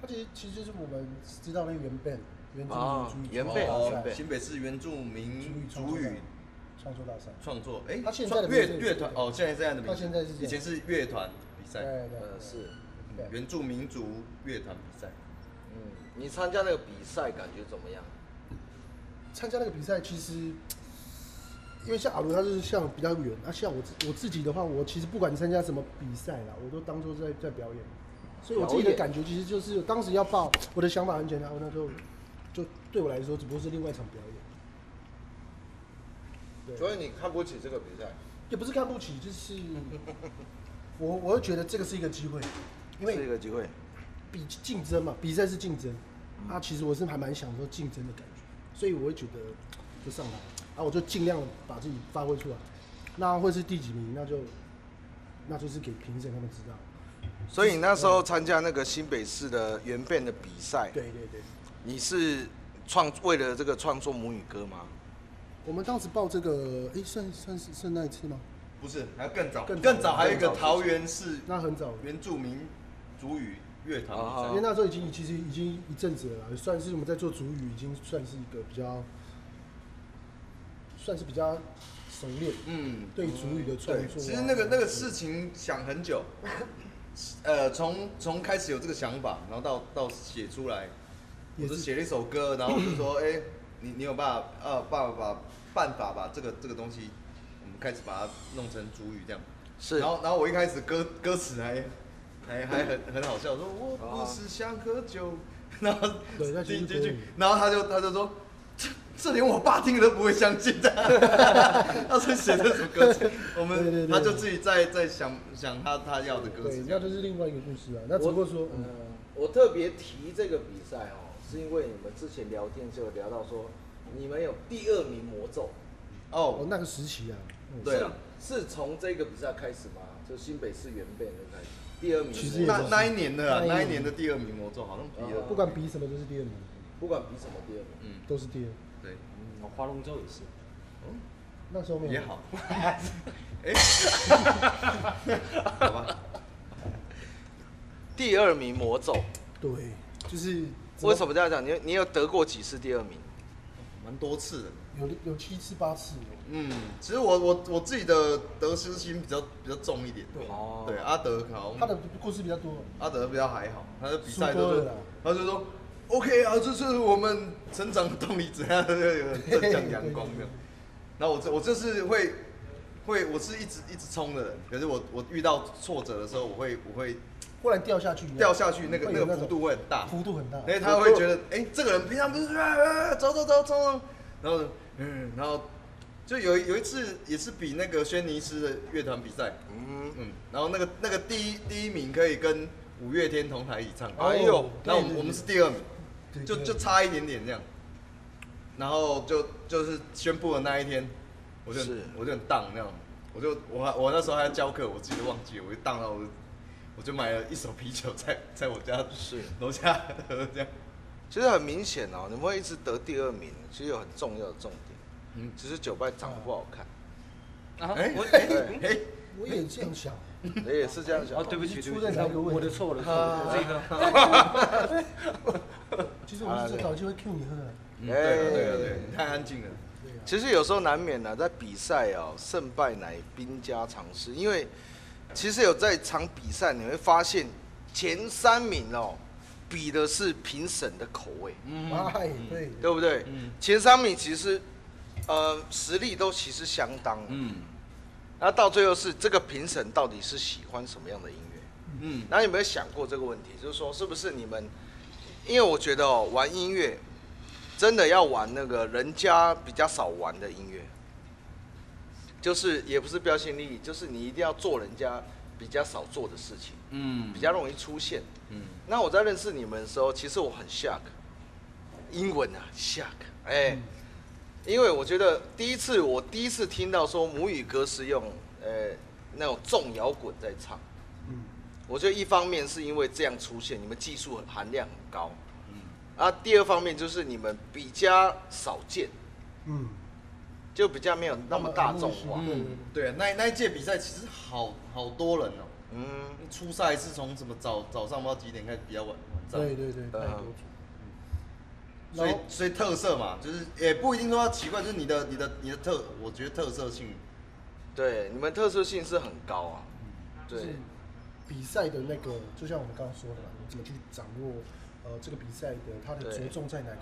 Speaker 2: 它其实其实就是我们知道那个原 band 原住
Speaker 3: 哦
Speaker 2: 民
Speaker 3: 原
Speaker 2: 族
Speaker 3: band，
Speaker 2: 语
Speaker 3: 原
Speaker 2: 大
Speaker 3: band
Speaker 2: 赛，
Speaker 4: 新北市原住民
Speaker 2: 主
Speaker 4: 族
Speaker 2: 语
Speaker 4: 语
Speaker 2: 啊创作大赛，
Speaker 4: 创作，哎，
Speaker 2: 他现在的
Speaker 4: 创
Speaker 2: 名
Speaker 4: 乐
Speaker 2: 字
Speaker 4: 乐团哦，现在这样的名字，
Speaker 2: 他现在是这样
Speaker 4: 以前是乐团比
Speaker 2: 对
Speaker 4: 赛，嗯
Speaker 2: 对对
Speaker 3: 呃，是，
Speaker 2: 对
Speaker 4: 原住民族乐团比赛，
Speaker 3: 嗯，你参加那个比赛感觉怎么样？
Speaker 2: 参加那个比赛，其实因为像阿伦他就是像比较远，那、像我自我自己的话，我其实不管参加什么比赛啦，我都当做在在表演，所以我自己
Speaker 3: 表
Speaker 2: 的
Speaker 3: 演
Speaker 2: 感觉其实就是当时要报，我的想法很简单，那就就对我来说只不过是另外一场表 演，对，
Speaker 3: 所以你看不起这个比赛？
Speaker 2: 也不是看不起，就是我我会觉得这个是一个机会，因为
Speaker 3: 是一个机会。
Speaker 2: 比竞争嘛，比赛是竞争，啊，其实我是还蛮享受竞争的感觉，所以我会觉得就上来，啊，我就尽量把自己发挥出来，那会是第几名，那就那就是给评审他们知道，
Speaker 3: 所以你那时候参加那个新北市的原变的比赛，
Speaker 2: 对对对，
Speaker 3: 你是创为了这个创作母语歌吗？
Speaker 2: 我们当时报这个，哎、算算是算那一次吗？
Speaker 4: 不是，还要更早，
Speaker 2: 更早
Speaker 4: 更早还有一个
Speaker 3: 更早
Speaker 4: 桃园市
Speaker 2: 那很早了，
Speaker 4: 原住民族语乐团比
Speaker 3: 啊
Speaker 4: 赛
Speaker 2: 因为那时候已经其实已经一阵子了啦，算是我们在做主语，已经算是一个比较，算是比较熟练
Speaker 4: 嗯，
Speaker 2: 对主语的创
Speaker 4: 对，
Speaker 2: 作、啊
Speaker 4: 其实那个那个事情想很久，呃，从从开始有这个想法，然后到到写出来，我
Speaker 2: 也
Speaker 4: 是
Speaker 2: 是
Speaker 4: 写了一首歌，然后就说， 哎、你你有办法呃办法把办法把这个这个东西，我们开始把它弄成主语这样。
Speaker 3: 是
Speaker 4: 然后然后我一开始歌歌词还还还很很好笑，说我不是想喝酒，然后
Speaker 2: 对那其实
Speaker 4: 第一
Speaker 2: 可
Speaker 4: 句
Speaker 2: 以，
Speaker 4: 然后他就他就说。这连我爸听了都不会相信的。 他说写这首歌词，我们
Speaker 2: 对对对
Speaker 4: 他就自己在在想想他他要的歌
Speaker 2: 对
Speaker 4: 词，这
Speaker 2: 那
Speaker 4: 样
Speaker 2: 就是另外一个故事啊。那只不过说，嗯，
Speaker 3: 我特别提这个比赛哦，是因为你们之前聊天就有聊到说，你们有第二名魔咒，
Speaker 2: 哦
Speaker 4: 哦，，
Speaker 2: 那个时期啊，嗯
Speaker 4: 对
Speaker 3: 是，是从这个比赛开始吗？就新北市原变就开始，第二名
Speaker 2: 其实
Speaker 3: 是
Speaker 2: 也
Speaker 4: 那
Speaker 2: 是
Speaker 4: 那一年的啊
Speaker 2: 那
Speaker 4: 那
Speaker 2: 一年
Speaker 4: 一年的第二名魔咒好像第
Speaker 3: 哦
Speaker 4: 二，
Speaker 2: 不管比什么都是第二名，
Speaker 3: 不管比什么第二名，
Speaker 4: 嗯，
Speaker 2: 都是第二。
Speaker 4: 对，
Speaker 5: 哦划龙舟也是，
Speaker 2: 那时候没有
Speaker 4: 也好， 哎， 好吧，
Speaker 3: 第二名魔咒，
Speaker 2: 对，就是
Speaker 3: 为什么这样讲？你你有得过几次第二名？
Speaker 4: 蛮多次的。
Speaker 2: 有有七次八次哦？
Speaker 4: 嗯，其实我我我自己的得失心比较比较重一点，
Speaker 2: 对
Speaker 3: 哦
Speaker 4: 对，阿德好像
Speaker 2: 他的故事比较多，
Speaker 4: 阿德比较还好，他的比赛都
Speaker 2: 输多
Speaker 4: 是
Speaker 2: 了啦，
Speaker 4: 他就说 OK 啊，这是我们成长的动力，怎样 就有很正向阳光的。那我这我就是会会我是一直一直冲的人，可是我我遇到挫折的时候，我会我会
Speaker 2: 忽然掉下去，
Speaker 4: 掉下去，那个
Speaker 2: 会有
Speaker 4: 那个幅
Speaker 2: 种
Speaker 4: 度会很大，
Speaker 2: 幅度很大
Speaker 4: 因。为他会觉得，哎、这个人平常不是啊啊走走走走，走然后嗯，然后就有一有一次也是比那个轩尼诗的乐团比赛，
Speaker 3: 嗯，
Speaker 4: 嗯，然后那个那个第一第一名可以跟五月天同台一起唱，
Speaker 2: 哦
Speaker 4: 哎呦，那我们
Speaker 2: 对对对
Speaker 4: 我们是第二名，
Speaker 2: 对
Speaker 4: 就
Speaker 2: 对
Speaker 4: 就差一点点这样，然后就就是宣布的那一天，我就是我就很荡那样，我就我还我那时候还要教课，我自己都忘记了，我就荡到我就我就买了一手啤酒在在我家
Speaker 3: 是
Speaker 4: 楼下喝这样，
Speaker 3: 其实很明显哦，你们会一直得第二名，其实有很重要的重点，
Speaker 4: 嗯，哦
Speaker 3: 只是九拜长得不好看，
Speaker 5: 啊
Speaker 4: 哎
Speaker 5: 我
Speaker 4: 哎
Speaker 5: 对
Speaker 4: 哎，
Speaker 2: 我也这样想，
Speaker 3: 你也是这样想
Speaker 5: 哦，对不起，对不
Speaker 2: 出在
Speaker 5: 起
Speaker 2: 哪个，问啊题
Speaker 5: 我的错，我的错，我这个
Speaker 2: 其实我们一直早就会 Q 你喝啊，
Speaker 4: 嗯对了对了对了，你太安静了，
Speaker 2: 对啊，
Speaker 3: 其实有时候难免呢、在比赛哦，胜败乃兵家常事。因为其实有在场比赛，你会发现前三名哦，比的是评审的口味，
Speaker 2: 哎，对，
Speaker 3: 对不对？
Speaker 4: 嗯
Speaker 3: 前三名其实呃实力都其实相当的，
Speaker 4: 嗯
Speaker 3: 那到最后是这个评审到底是喜欢什么样的音乐？
Speaker 4: 嗯
Speaker 3: 那有没有想过这个问题？就是说，是不是你们？因为我觉得哦，玩音乐真的要玩那个人家比较少玩的音乐，就是也不是标新立异，就是你一定要做人家比较少做的事情，
Speaker 4: 嗯
Speaker 3: 比较容易出现。
Speaker 4: 嗯
Speaker 3: 那我在认识你们的时候，其实我很 shock，英文啊 shock，哎、
Speaker 4: 嗯
Speaker 3: 因为我觉得第一次我第一次听到说母语歌是用呃那种重摇滚在唱，
Speaker 2: 嗯，
Speaker 3: 我觉得一方面是因为这样出现，你们技术含量很高，
Speaker 4: 嗯
Speaker 3: 啊，第二方面就是你们比较少见，
Speaker 2: 嗯，
Speaker 3: 就比较没有那么大众化，
Speaker 4: 嗯，对啊，那那一届比赛其实好好多人哦、
Speaker 3: 嗯，
Speaker 4: 初赛是从什么早早上不知道几点开始比较晚晚上，
Speaker 2: 对对对，太多种。
Speaker 4: 所
Speaker 2: 然
Speaker 4: 以
Speaker 2: 后
Speaker 4: 所以特色嘛，就是也不一定说它奇怪，就是你的你的你的特，我觉得特色性，
Speaker 3: 对，你们特殊性是很高啊，
Speaker 2: 就
Speaker 3: 对
Speaker 2: 是，比赛的那个，就像我们刚刚说的嘛，你怎么去掌握呃这个比赛的它的
Speaker 3: 对
Speaker 2: 着重在哪个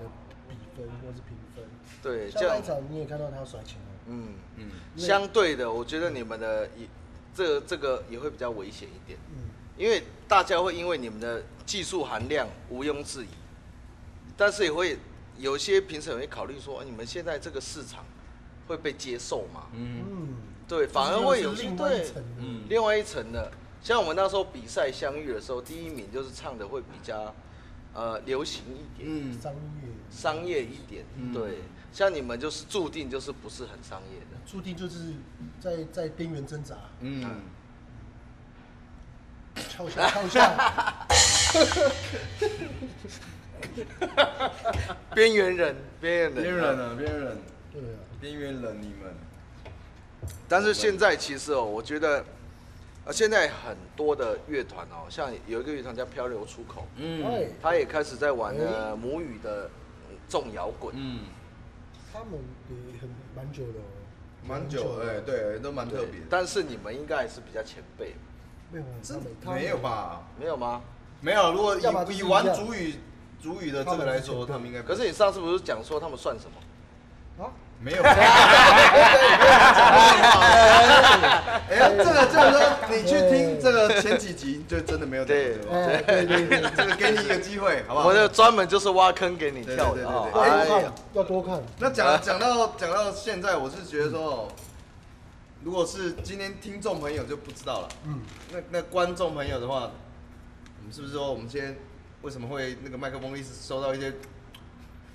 Speaker 2: 比分或是评分？
Speaker 3: 对，
Speaker 2: 像
Speaker 3: 这
Speaker 2: 那
Speaker 3: 样
Speaker 2: 一，场你也看到他甩钱了，
Speaker 3: 嗯，
Speaker 4: 嗯，
Speaker 2: 因为
Speaker 3: 相对的，我觉得你们的也这这个也会比较危险一点，
Speaker 2: 嗯，
Speaker 3: 因为大家会因为你们的技术含量毋庸置疑，但是也会有些评审会考虑说，哎你们现在这个市场会被接受吗？
Speaker 2: 嗯，
Speaker 3: 对，反而会有
Speaker 2: 这是另外一
Speaker 3: 对
Speaker 2: 层，的，
Speaker 4: 嗯
Speaker 3: 另外一层的。像我们那时候比赛相遇的时候，第一名就是唱的会比较呃流行一点，
Speaker 4: 嗯
Speaker 2: 商业
Speaker 3: 商业一点。
Speaker 4: 嗯
Speaker 3: 对，像你们就是注定就是不是很商业的。
Speaker 2: 注定就是在在边缘 挣扎，
Speaker 4: 嗯，
Speaker 2: 跳下跳下，
Speaker 3: 边缘人，边缘人，
Speaker 4: 边缘。人啊，边缘人，
Speaker 2: 对啊，
Speaker 4: 边缘人，你们，
Speaker 3: 但是现在其实哦，我觉得，呃，现在很多的乐团哦，像有一个乐团叫漂流出口，
Speaker 4: 嗯
Speaker 2: 哎，
Speaker 3: 他也开始在玩呃母语的嗯重摇滚。
Speaker 4: 嗯，
Speaker 2: 他们也很蛮久的哦，
Speaker 4: 蛮久，哎、
Speaker 2: 的，
Speaker 4: 对，都蛮特
Speaker 3: 对
Speaker 4: 别的，
Speaker 3: 但是你们应该还是比较前辈，
Speaker 2: 没有，啊
Speaker 4: 真的
Speaker 2: 他们
Speaker 4: 没有？吧？
Speaker 3: 没有吗？
Speaker 4: 没有，如果
Speaker 2: 要么就
Speaker 4: 以
Speaker 2: 是
Speaker 4: 以
Speaker 2: 一
Speaker 4: 玩
Speaker 2: 样
Speaker 4: 主语主语的这个来说，
Speaker 2: 他
Speaker 4: 他
Speaker 2: 们
Speaker 4: 们应该不，
Speaker 3: 可是你上次不是讲说他们算什么？
Speaker 2: 啊，
Speaker 4: 没有。哎呀，这个就是说，你去听这个前几集，就真的没有讲
Speaker 3: 对
Speaker 4: 这个。
Speaker 2: 哎，对对对，
Speaker 4: 这个给你一个机会，好不好？
Speaker 3: 我就专门就是挖坑给你
Speaker 4: 对
Speaker 3: 跳
Speaker 4: 对
Speaker 3: 的
Speaker 4: 对对
Speaker 3: 啊！
Speaker 4: 对
Speaker 2: 要
Speaker 3: 哎
Speaker 2: 多
Speaker 3: 呀
Speaker 2: 看，要多看。
Speaker 4: 那讲讲到讲到现在，我是觉得说，哦如果是今天听众朋友就不知道了，嗯，那那观众朋友的话，我们是不是说我们今天为什么会那个麦克风一直收到一些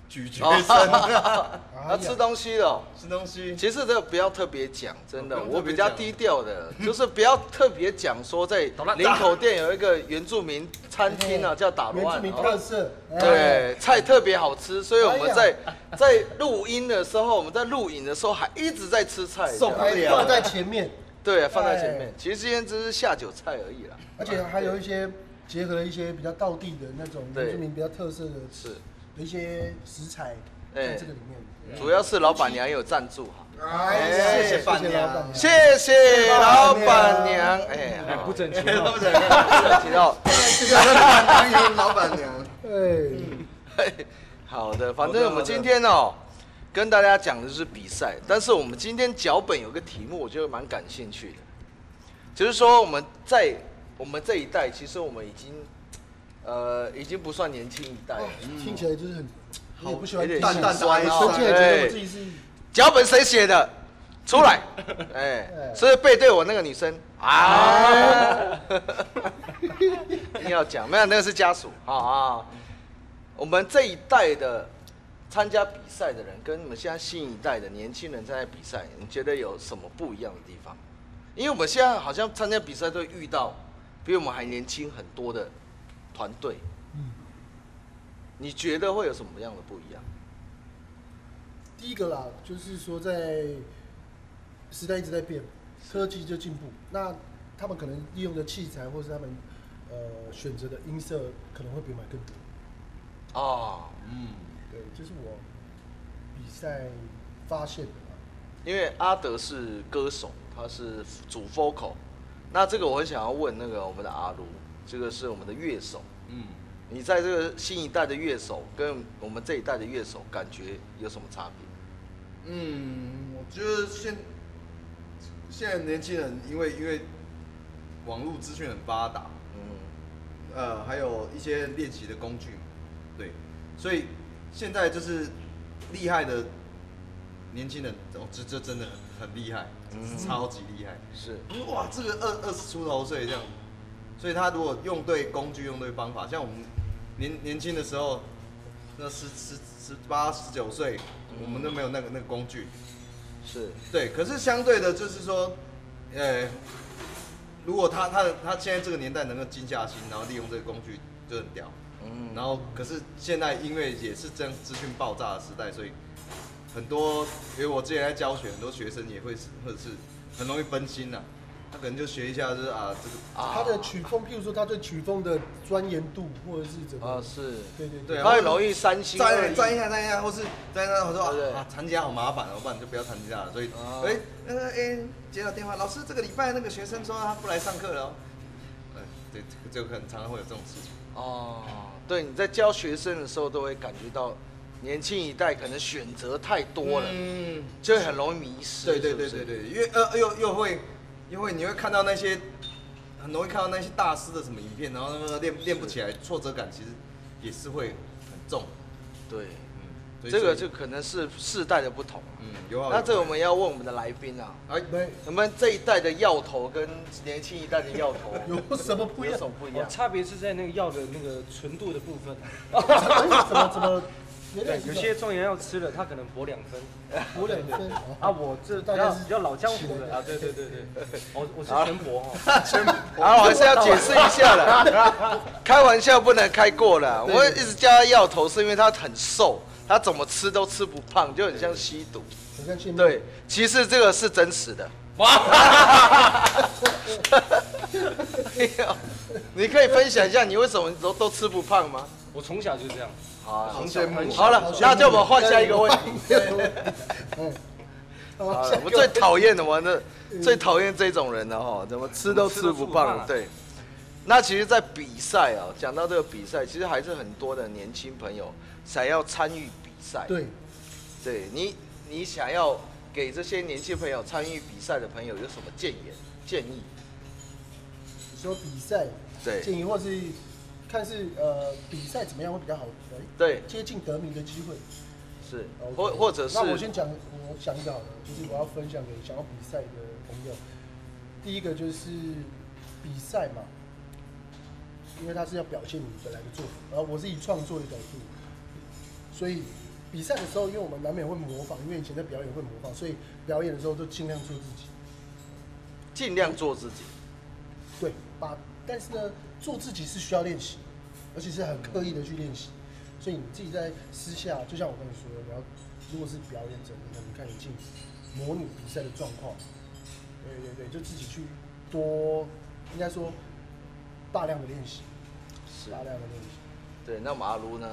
Speaker 4: 咀嚼声、啊
Speaker 2: 哎
Speaker 3: 要
Speaker 2: 呀
Speaker 3: 吃东西了。
Speaker 4: 吃东西？
Speaker 3: 其实这个不要特别讲，真的，
Speaker 4: 哦不用
Speaker 3: 我
Speaker 4: 特别
Speaker 3: 比较
Speaker 4: 讲
Speaker 3: 低调的，就是不要特别讲说在
Speaker 5: 捣乱
Speaker 3: 林口店有一个原住民餐厅啊，叫打
Speaker 2: 原住
Speaker 3: 乱
Speaker 2: 民特
Speaker 3: 哦。
Speaker 2: 色，哎
Speaker 3: 对，菜特别好吃，所以我们
Speaker 2: 哎
Speaker 3: 在
Speaker 2: 呀
Speaker 3: 在录音的时候，我们在录影的时候还一直在吃菜，
Speaker 2: 手
Speaker 4: 不
Speaker 2: 还
Speaker 4: 了
Speaker 2: 放在前面，
Speaker 3: 对，放在前
Speaker 2: 哎
Speaker 3: 面。其实今天只是下酒菜而已啦，
Speaker 2: 而且还有一些结合了一些比较道地的那种
Speaker 3: 对
Speaker 2: 原住民比较特色的
Speaker 3: 是，
Speaker 2: 的一些食材，
Speaker 3: 哎
Speaker 2: 在这个里面。
Speaker 3: 主要是老板娘有赞助哈，
Speaker 2: 哎
Speaker 4: 谢谢板娘
Speaker 2: 老板
Speaker 3: 嗯谢谢老板娘，哎，
Speaker 2: 啊
Speaker 5: 哎，不 整齐
Speaker 4: 他
Speaker 5: 哦
Speaker 4: 们两个，
Speaker 3: 提到。
Speaker 4: 这个当然有老板娘，
Speaker 2: 哎，
Speaker 3: 嘿好的，反正我们今天哦，跟大家讲的就是比赛，但是我们今天脚本有个题目，我觉得蛮感兴趣的，就是说我们在我们这一代，其实我们已经，呃，已经不算年轻一代了。
Speaker 2: 哎
Speaker 4: 嗯
Speaker 2: 听起来就是很，我也不喜欢
Speaker 3: 有点
Speaker 2: 听
Speaker 4: 淡淡的哀
Speaker 2: 啊我
Speaker 4: 伤
Speaker 2: 现在觉得我自己是
Speaker 3: 脚本谁写的？出 来，哎，所以背对我那个女生啊， 一定要讲，没有那个是家属啊啊。我们这一代的参加比赛的人，跟你们现在新一代的年轻人参加比赛，你觉得有什么不一样的地方？因为我们现在好像参加比赛都会遇到比我们还年轻很多的团队，你觉得会有什么样的不一样？
Speaker 2: 第一个啦，就是说在时代一直在变，科技就进步，那他们可能利用的器材或是他们呃选择的音色可能会比我们还更多。
Speaker 3: 哦，
Speaker 4: 嗯，
Speaker 2: 对，这是我比赛发现的吧。
Speaker 3: 因为阿德是歌手，他是主 vocal。那这个我很想要问那个我们的阿卢，这个是我们的乐手。
Speaker 4: 嗯，
Speaker 3: 你在这个新一代的乐手跟我们这一代的乐手感觉有什么差别？
Speaker 4: 嗯，我觉得现现在年轻人因为因为网络资讯很发达，
Speaker 3: 嗯，
Speaker 4: 呃，还有一些练习的工具，对，所以现在就是厉害的年轻人，哦，这这真的很很厉害，超级厉害，
Speaker 3: 是
Speaker 4: 哇，这个二二十出头岁这样，所以他如果用对工具、用对方法，像我们年年轻的时候，那十十十八、十九岁，我们都没有那个那个工具，
Speaker 3: 是，
Speaker 4: 对，可是相对的，就是说，呃，如果他他的他现在这个年代能够静下心，然后利用这个工具，就很屌。
Speaker 3: 嗯，
Speaker 4: 然后，可是现在因为也是这样资讯爆炸的时代，所以很多，因为我之前在教学，很多学生也会是或者是很容易分心呐、他可能就学一下，就是啊这个
Speaker 2: 他的曲风，譬如说他对曲风的钻研度，或者是怎么，
Speaker 3: 啊是，
Speaker 2: 对对
Speaker 4: 对啊
Speaker 3: 他很容易三心二
Speaker 4: 粘
Speaker 3: 意。
Speaker 4: 粘一下粘一下，或是粘一下，我说
Speaker 3: 对对
Speaker 4: 啊啊参加好麻烦哦，不然就不要参加了。所以
Speaker 3: 啊，
Speaker 4: 哎那个哎接到电话，老师这个礼拜那个学生说他不来上课了哦。哎，对，这个就很常常会有这种事情。
Speaker 3: 哦，对，你在教学生的时候都会感觉到，年轻一代可能选择太多了，
Speaker 4: 嗯。
Speaker 3: 就会很容易迷失。
Speaker 4: 对对对
Speaker 3: 是不
Speaker 4: 对
Speaker 3: 是，
Speaker 4: 对，因为呃又又会，又会你会看到那些很容易看到那些大师的什么影片，然后那个练练不起来，挫折感其实也是会很重。
Speaker 3: 对。
Speaker 4: 嗯，所以
Speaker 3: 这个就
Speaker 4: 所以
Speaker 3: 可能是世代的不同。
Speaker 4: 嗯有好有
Speaker 3: 那这个
Speaker 4: 坏
Speaker 3: 我们要问我们的来宾啊，
Speaker 4: 哎
Speaker 2: 对，
Speaker 3: 我们这一代的药头跟年轻一代的药头
Speaker 2: 有什么不一
Speaker 3: 有什
Speaker 2: 样？怎
Speaker 3: 么
Speaker 2: 么
Speaker 3: 不一
Speaker 5: 哦
Speaker 3: 样？
Speaker 5: 差别是在那个药的那个纯度的部 分。
Speaker 2: 啊怎哎么有
Speaker 5: 对
Speaker 2: 点，
Speaker 5: 有些壮阳药吃了，它可能薄两分。
Speaker 2: 补两分
Speaker 5: 啊，我这比
Speaker 2: 哦大
Speaker 5: 较
Speaker 2: 家是
Speaker 5: 比较老江湖的啊，对对对 对，我我是
Speaker 3: 啊
Speaker 5: 全博哈，
Speaker 3: 好，我还是要解释一下了，开玩笑不能开过了。我一直叫他药头，是因为他很瘦，他怎么吃都吃不胖，就很像吸毒。
Speaker 2: 很像见面，
Speaker 3: 对，其实这个是真实的。哇！ 你可以分享一下你为什么都都吃不胖吗？
Speaker 5: 我从小就这样。
Speaker 3: 好
Speaker 4: 好羡慕，
Speaker 3: 好了，那就我们换下一个问题。
Speaker 2: 嗯，
Speaker 3: 好
Speaker 2: 好
Speaker 3: 了
Speaker 2: 下一
Speaker 3: 啊
Speaker 2: 个
Speaker 3: 我最讨厌的玩的，
Speaker 2: 嗯
Speaker 3: 最讨厌这种人了哈，怎么吃都吃不胖。对，那其实，在比赛啊，讲到这个比赛，其实还是很多的年轻朋友想要参与比赛。
Speaker 2: 对，
Speaker 3: 对，你你想要给这些年轻朋友参与比赛的朋友有什么建言建议？
Speaker 2: 你说比赛
Speaker 3: 对
Speaker 2: 建议，或是看是呃比赛怎么样会比较好，呃
Speaker 3: 对
Speaker 2: 接近得名的机会。
Speaker 3: 是
Speaker 2: OK，
Speaker 3: 或或者是
Speaker 2: 那我先讲，我想一个好了，就是我要分享给想要比赛的朋友。第一个就是比赛嘛，因为它是要表现你本来的作品，然后我是以创作的角度，所以比赛的时候，因为我们难免会模仿，因为以前在表演会模仿，所以表演的时候就尽量做自己。
Speaker 3: 尽量做自己。
Speaker 2: 对，把但是呢，做自己是需要练习，而且是很刻意的去练习。所以你自己在私下，就像我跟你说的，你要如果是表演者，你可能看你镜子，模拟比赛的状况。对对对，就自己去多，应该说大量的练习，
Speaker 3: 是
Speaker 2: 大量的练习。
Speaker 3: 对，那马卢呢？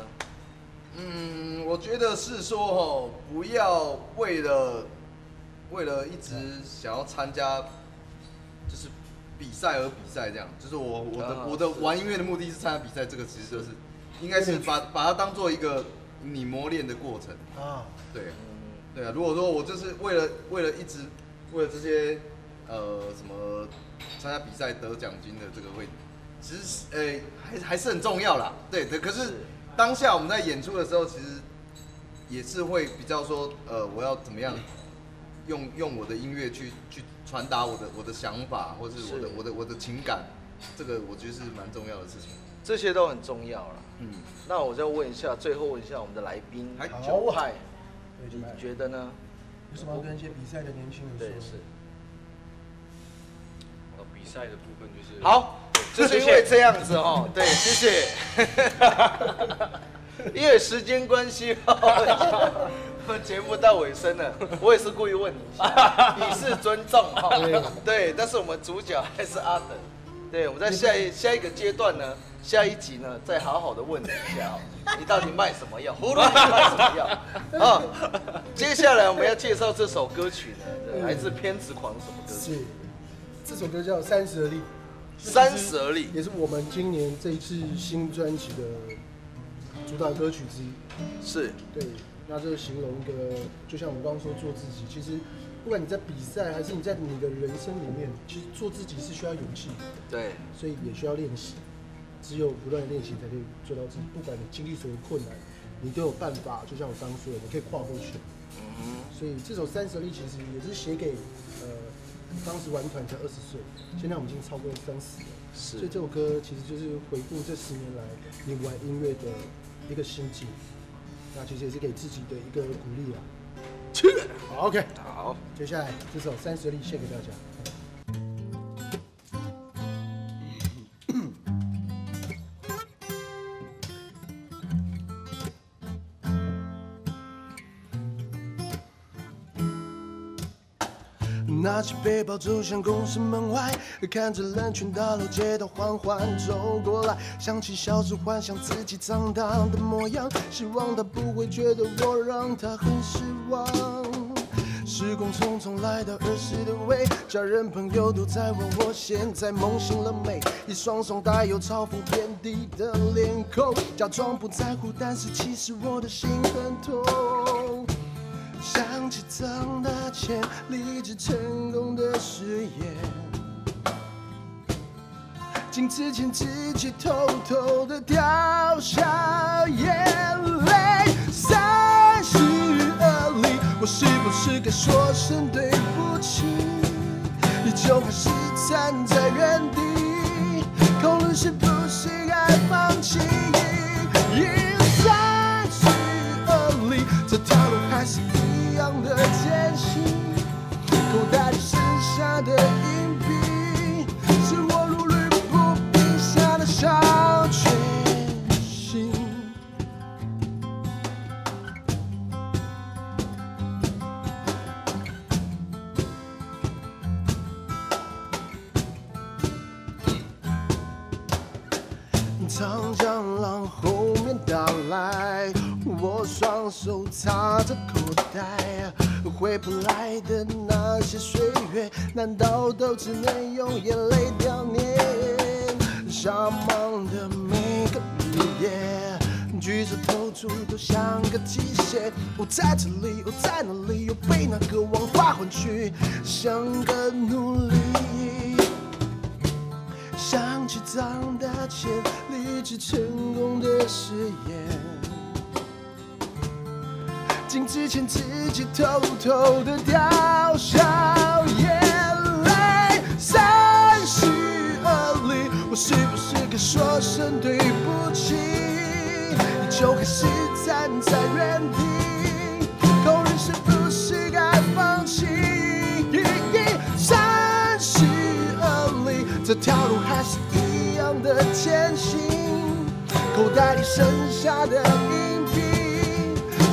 Speaker 4: 嗯，我觉得是说哦，不要为了为了一直想要参加就是比赛而比赛这样，就是我我的、
Speaker 3: 啊
Speaker 4: 我的玩音乐的目的是参加比赛，这个其实就是应该是把把它当做一个你磨练的过程，
Speaker 2: 啊，
Speaker 4: 对
Speaker 3: 嗯
Speaker 4: 对啊。如果说我就是为了为了一直为了这些呃什么参加比赛得奖金的这个会，其实呃、还还是很重要啦，对对。可是
Speaker 3: 是
Speaker 4: 当下我们在演出的时候，其实也是会比较说，呃，我要怎么样用用我的音乐去去传达我的我的想法，或是我的
Speaker 3: 是
Speaker 4: 我的我的情感，这个我觉得是蛮重要的事情。
Speaker 3: 这些都很重要了。
Speaker 4: 嗯，
Speaker 3: 那我再问一下，最后问一下我们的来宾
Speaker 2: 哎
Speaker 4: 还好
Speaker 3: 九派，
Speaker 2: 对，就
Speaker 3: 你
Speaker 2: 买了。
Speaker 3: 觉得呢？
Speaker 2: 为什么要跟一些比赛的年轻人说？
Speaker 3: 对，是。
Speaker 5: 呃，比赛的部分就是
Speaker 3: 好，就是因为这样子哦，对，谢 谢。因为时间关系哦，节目到尾声了，我也是故意问你一 下，以示尊重哦。对，但是我们主角还是阿德。对，我们在下一下一个阶段呢，下一集呢，再好好的问你一 下哦，你到底卖什么药？葫芦你卖什么 药？啊，接下来我们要介绍这首歌曲呢，来自偏执狂什么歌曲？
Speaker 2: 是，这首歌叫《三十而立》，
Speaker 3: 三十而立。
Speaker 2: 也是我们今年这一次新专辑的主打歌曲之一。
Speaker 3: 是
Speaker 2: 对，那就是形容一个，就像我刚刚说做自己，其实不管你在比赛还是你在你的人生里面，其实做自己是需要勇气的，
Speaker 3: 对，
Speaker 2: 所以也需要练习。只有不断的练习，才可以做到自己。不管你经历什么困难，你都有办法。就像我刚刚说的，你可以跨过去。所以这首《三十而立》其实也是写给呃当时玩团才二十岁，现在我们已经超过三十了。
Speaker 3: 是
Speaker 2: 所以这首歌其实就是回顾这十年来你玩音乐的一个心境，那其实也是给自己的一个鼓励啊啦。好，OK，
Speaker 3: 好。
Speaker 2: 接下来这首《三十而立》献给 大家。
Speaker 1: 拿起背包走向公司门外，看着人群大楼街道缓缓走过来，想起小时候幻想自己长大的模样，希望他不会觉得我让他很失望。时光匆匆来到儿时的味，家人朋友都在问我现在梦醒了没，一双双带有嘲讽遍地的脸孔，假装不在乎，但是其实我的心很痛。想起长大前立志成功的誓言，镜子前自己偷偷的掉下眼泪。三十而立，我是不是该说声对不起？你就还是站在原地，考虑是不是该放弃？三十而立，这条路还是一样的艰辛。口袋里剩下的硬币，是我如履不平下的小确幸。长江浪后面打来，我双手插着口袋，回不来的那些岁月，难道都只能用眼泪悼念？瞎忙的每个日夜，举着头猪都像个机械。我在这里，我在那里，又被那个王八混去，像个奴隶。想起长大前立志成功的誓言。进之前自己偷偷的掉下眼泪。三十而立，我是不是该说声对不起？你就还是站在原地，狗人是不是该放弃？三十而立，这条路还是一样的艰辛。口袋里剩下的硬币，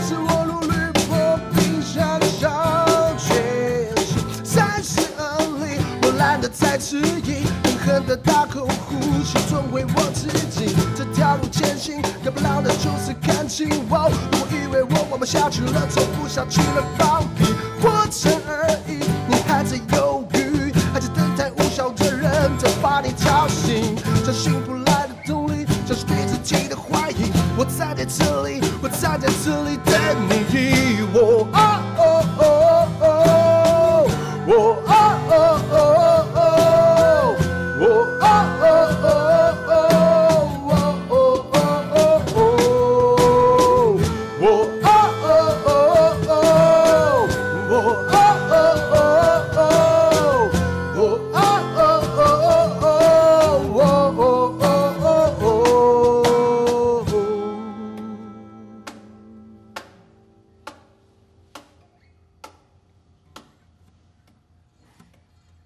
Speaker 1: 是我努力破冰箱的小确幸。三十而立，我懒得再迟疑，狠狠的大口呼吸，尊为我自己。这条路艰辛，要不了的就是感情。哦，我以为我玩不下去了，走不下去了，放屁，过程而已，你还在犹豫，还在等待无效的人在把你吵醒，这醒不来的动力，这是对自己的怀疑。我站在这里，我站在这里等你。